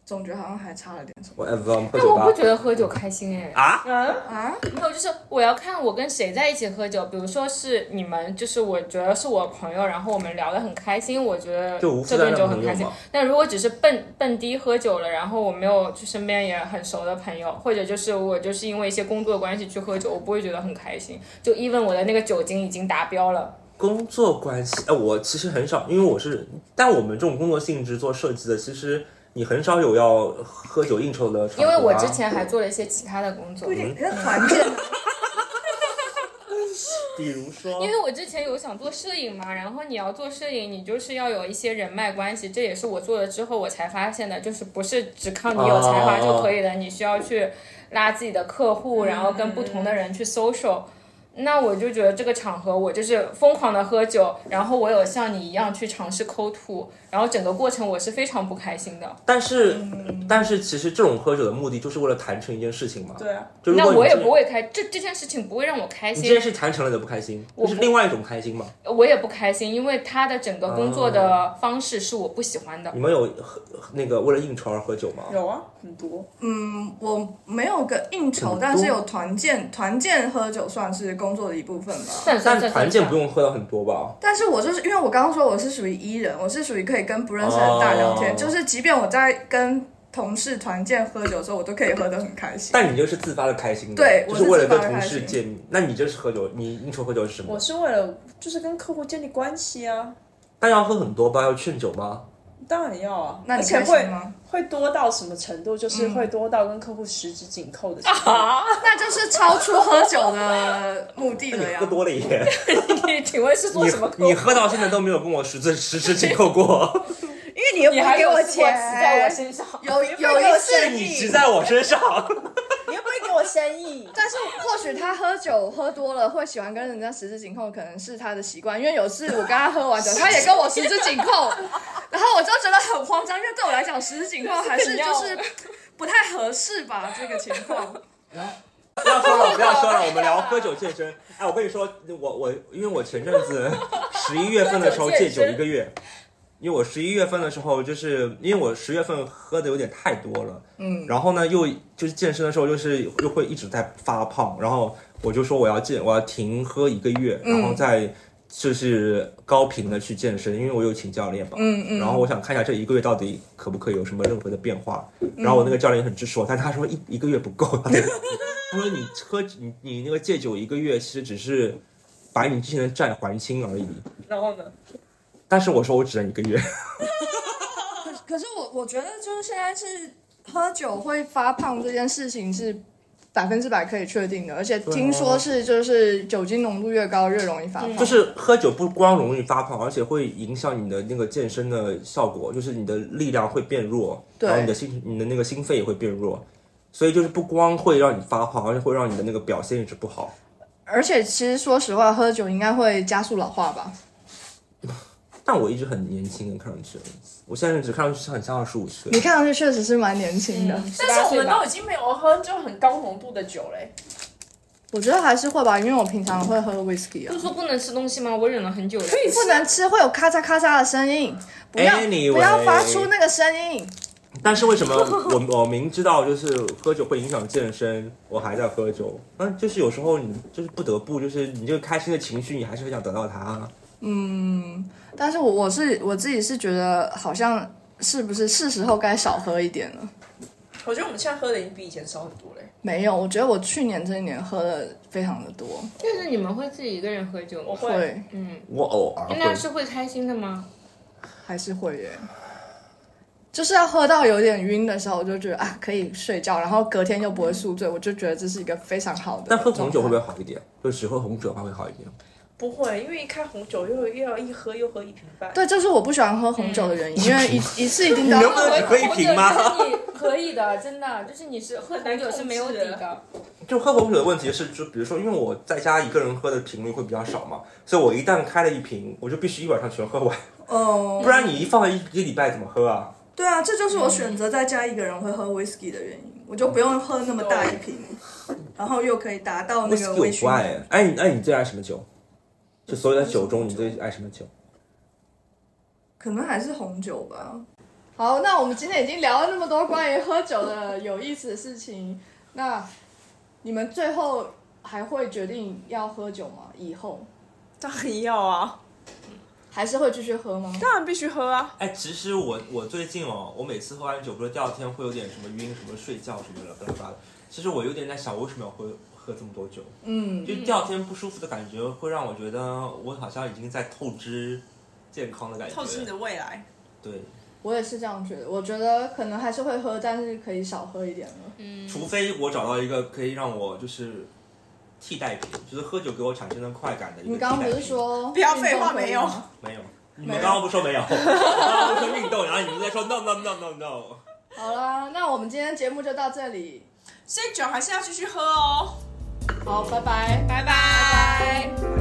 Speaker 2: 总觉得好像还差了
Speaker 3: 嗯
Speaker 2: 点什么
Speaker 3: whatever，我们喝
Speaker 4: 但
Speaker 3: 酒
Speaker 4: 我
Speaker 3: 吧
Speaker 4: 不。觉得喝酒开心哎、
Speaker 3: 啊，
Speaker 1: 啊，
Speaker 2: 啊？
Speaker 4: 没有，就是我要看我跟谁在一起喝酒。比如说是你们，就是我觉得是我朋友，然后我们聊得很开心，我觉得
Speaker 3: 就无负
Speaker 4: 这
Speaker 3: 担
Speaker 4: 顿
Speaker 3: 的
Speaker 4: 酒
Speaker 3: 朋
Speaker 4: 很
Speaker 3: 友
Speaker 4: 开心
Speaker 3: 嘛。
Speaker 4: 但如果只是蹦蹦迪喝酒了，然后我没有就身边也很熟的朋友，或者就是我就是因为一些工作关系去喝酒，我不会觉得很开心。就 even 我的那个酒精已经达标了，
Speaker 3: 工作关系，哎，我其实很少，因为我是，但我们这种工作性质做设计的，其实你很少有要喝酒应酬的场合啊、
Speaker 4: 因为我之前还做了一些其他的工作
Speaker 2: 不。点跟团建啊，
Speaker 3: 比如说，
Speaker 4: 因为我之前有想做摄影嘛，然后你要做摄影，你就是要有一些人脉关系，这也是我做了之后我才发现的，就是不是只靠你有才华
Speaker 3: 哦
Speaker 4: 就可以的，你需要去拉自己的客户，然后跟不同的人去 social。那我就觉得这个场合，我就是疯狂的喝酒，然后我有像你一样去尝试抠图，然后整个过程我是非常不开心的。
Speaker 3: 但是、但是其实这种喝酒的目的就是为了谈成一件事情嘛。
Speaker 1: 对啊，
Speaker 3: 就如
Speaker 4: 那
Speaker 3: 果你
Speaker 4: 我也
Speaker 3: 这个
Speaker 4: 不会开，这这件事情不会让我开
Speaker 3: 你
Speaker 4: 心
Speaker 3: 这。件事谈成了的不开心，就是另外一种开心嘛。
Speaker 4: 我也不开心，因为他的整个工作
Speaker 3: 哦
Speaker 4: 的方式是我不喜欢的
Speaker 3: 你。们有喝那个为了应酬而喝酒吗？
Speaker 1: 有啊，很多。
Speaker 2: 嗯，我没有个应酬，但是有团建，团建喝酒算是工作的一部分吧。
Speaker 4: 算
Speaker 3: 但
Speaker 4: 算算
Speaker 3: 团
Speaker 4: 算
Speaker 3: 建
Speaker 4: 算
Speaker 3: 不用喝到很多吧？
Speaker 2: 但是我就是因为我刚刚说我是属于 E 人，我是属于可以跟不认识的人大聊天
Speaker 3: 哦
Speaker 2: 就是即便我在跟同事团建喝酒的时候，我都可以喝得很开心。
Speaker 3: 但你就是自发的开心的，
Speaker 2: 对
Speaker 3: 就
Speaker 2: 我
Speaker 3: 是
Speaker 2: 是
Speaker 3: 为了跟
Speaker 2: 自发地
Speaker 3: 同
Speaker 2: 开
Speaker 3: 事
Speaker 2: 心
Speaker 3: 见面。那你就是喝酒，你应酬喝酒是什么
Speaker 1: 我？是为了就是跟客户建立关系啊，
Speaker 3: 但要喝很多吧？要劝酒吗？
Speaker 1: 当然要啊，
Speaker 2: 那
Speaker 1: 而
Speaker 2: 你
Speaker 1: 且
Speaker 2: 开心
Speaker 1: 会
Speaker 2: 吗？
Speaker 1: 会多到什么程度？就是会多到跟客户十指紧扣的程度。
Speaker 2: 那就是超出喝酒的目的了
Speaker 3: 你
Speaker 2: 呀
Speaker 3: 喝。多了也。
Speaker 4: 你请问是做什么客户？
Speaker 3: 你你喝到现在都没有跟我十指十指紧扣过，
Speaker 1: 因为你又不
Speaker 4: 你还
Speaker 1: 会给
Speaker 4: 有
Speaker 1: 我
Speaker 4: 试过
Speaker 1: 钱，
Speaker 4: 骑在我身上。
Speaker 2: 有
Speaker 1: 你不会
Speaker 2: 哦有
Speaker 1: 给我
Speaker 2: 一
Speaker 1: 生
Speaker 2: 次，
Speaker 1: 意，
Speaker 3: 你骑在我身上。
Speaker 1: 你又不会给我生意。
Speaker 2: 但是或许他喝酒喝多了会喜欢跟人家十指紧扣，可能是他的习惯。因为有次我跟他喝完 酒，他也跟我十指紧扣，然后我就觉得很慌张，因为对我来讲十指紧扣还是就是不太合适吧，这个情况。
Speaker 3: 不要说了，不要说了，我们聊喝酒健身。哎，我跟你说，我我因为我前阵 子十一月份的时候戒酒一个月，因为我十一月份的时候就是因为我十月份喝的有点太多了，嗯，然后呢又就是健身的时候就是又会一直在发胖，然后我就说我要戒，我要停喝一个月，然后再就是高频的去健身，因为我有请教练嘛，嗯嗯，然后我想看一下这一个月到底嗯可不可以有什么任何的变化，然后我那个教练也很支持我，但他说一一个月不够，他得他说你喝你你那个戒酒一个月，其实只是把你之前的债还清而已。
Speaker 1: 然后呢？
Speaker 3: 但是我说我只能一个月，
Speaker 2: 可 可是我我觉得就是现在是喝酒会发胖这件事情是百分之百可以确定的，而且听说是就是酒精浓度越高越容易发胖。
Speaker 3: 就是喝酒不光容易发胖，而且会影响你的那个健身的效果，就是你的力量会变弱，
Speaker 2: 对
Speaker 3: 然后你的心你的那个心肺也会变弱，所以就是不光会让你发胖，而且会让你的那个表现一直不好。
Speaker 2: 而且其实说实话，喝酒应该会加速老化吧？
Speaker 3: 但我一直很年轻，看上去，我现在只看上去是很像二十五岁
Speaker 2: 你。看上去确实是蛮年轻的，
Speaker 4: 嗯
Speaker 1: 但是我们都已经没有喝就很高浓度的酒嘞，
Speaker 2: 我觉得还是会吧，因为我平常会喝 whisky 啊
Speaker 4: 不是。说不能吃东西吗？我忍了很久了。可
Speaker 2: 不能吃，会有咔嚓咔嚓的声音，不要
Speaker 3: Anyway
Speaker 2: 不要发出那个声音。
Speaker 3: 但是为什么我 我明知道就是喝酒会影响健身，我还在喝酒？嗯，就是有时候你就是不得不，就是你这个开心的情绪，你还是很想得到它。
Speaker 2: 但是我我是我自己是觉得，好像是不是是时候该少喝一点了？
Speaker 1: 我觉得我们现在喝的已经比以前少很多嘞。
Speaker 2: 没有，我觉得我去年这一年喝的非常的多，
Speaker 4: 但是你们会自己一个人喝酒吗？嗯
Speaker 1: 我会
Speaker 2: 会
Speaker 3: 我偶尔
Speaker 4: 那
Speaker 3: 会，
Speaker 4: 是会开心的吗？
Speaker 2: 还是会耶，就是要喝到有点晕的时候，我就觉得啊可以睡觉，然后隔天又不会宿醉，我就觉得这是一个非常好的。
Speaker 3: 但喝红酒会不会？好一点？就只喝红酒的话会好一点。
Speaker 1: 不会，因为一看红酒又又要一喝又喝一瓶半。
Speaker 2: 对，这是我不喜欢喝红酒的原因，因为一一次一定都
Speaker 3: 嗯你
Speaker 2: 要
Speaker 3: 能不能可以平吗
Speaker 4: 我 觉得你可以的，真的，就是你是喝红酒是没有底
Speaker 1: 很难
Speaker 4: 的。
Speaker 3: 就喝红酒的问题是，就比如说，因为我在家一个人喝的频率会比较少嘛，所以我一旦开了一瓶，我就必须一晚上全喝完，
Speaker 2: 哦
Speaker 3: 不然你一放一一个礼拜怎么喝啊？
Speaker 2: 对啊，这就是我选择在家一个人会喝 whisky 的原因，我就不用喝那么大一瓶，然后又可以达到那个
Speaker 3: 我
Speaker 2: 微
Speaker 3: 不
Speaker 2: 醺。
Speaker 3: 爱。哎，你哎，你最爱什么酒？就所有的酒中，你最爱什么酒？
Speaker 2: 可能还是红酒吧。好，那我们今天已经聊了那么多关于喝酒的有意思的事情，那你们最后还会决定要喝酒吗？以后
Speaker 1: 当然要啊，
Speaker 2: 还是会继续喝吗？
Speaker 1: 当然必须喝啊。
Speaker 3: 哎，其实我我最近哦，我每次喝完酒，不是第二天会有点什么晕、什么睡觉什么的，巴拉巴拉。其实我有点在想，我为什么要喝喝这么多酒？
Speaker 2: 嗯，
Speaker 3: 就第二天不舒服的感觉，会让我觉得我好像已经在透支健康的感觉。
Speaker 1: 透支你的未来。
Speaker 3: 对，
Speaker 2: 我也是这样觉得。我觉得可能还是会喝，但是可以少喝一点了。
Speaker 1: 嗯
Speaker 3: 除非我找到一个可以让我就是替代品，就是喝酒给我产生的快感的一个
Speaker 2: 你
Speaker 3: 替代
Speaker 2: 刚
Speaker 3: 品。
Speaker 2: 刚不是说
Speaker 1: 不要废话没有
Speaker 2: 运动会吗
Speaker 3: 没有？你们刚刚不 说没有？我刚刚不说运动，然后你们在说 no no no no no。
Speaker 2: 好啦，那我们今天节目就到这里，
Speaker 1: 所以酒还是要继续喝哦。
Speaker 2: 好，拜拜。
Speaker 1: 拜拜。
Speaker 4: 拜。
Speaker 3: 拜拜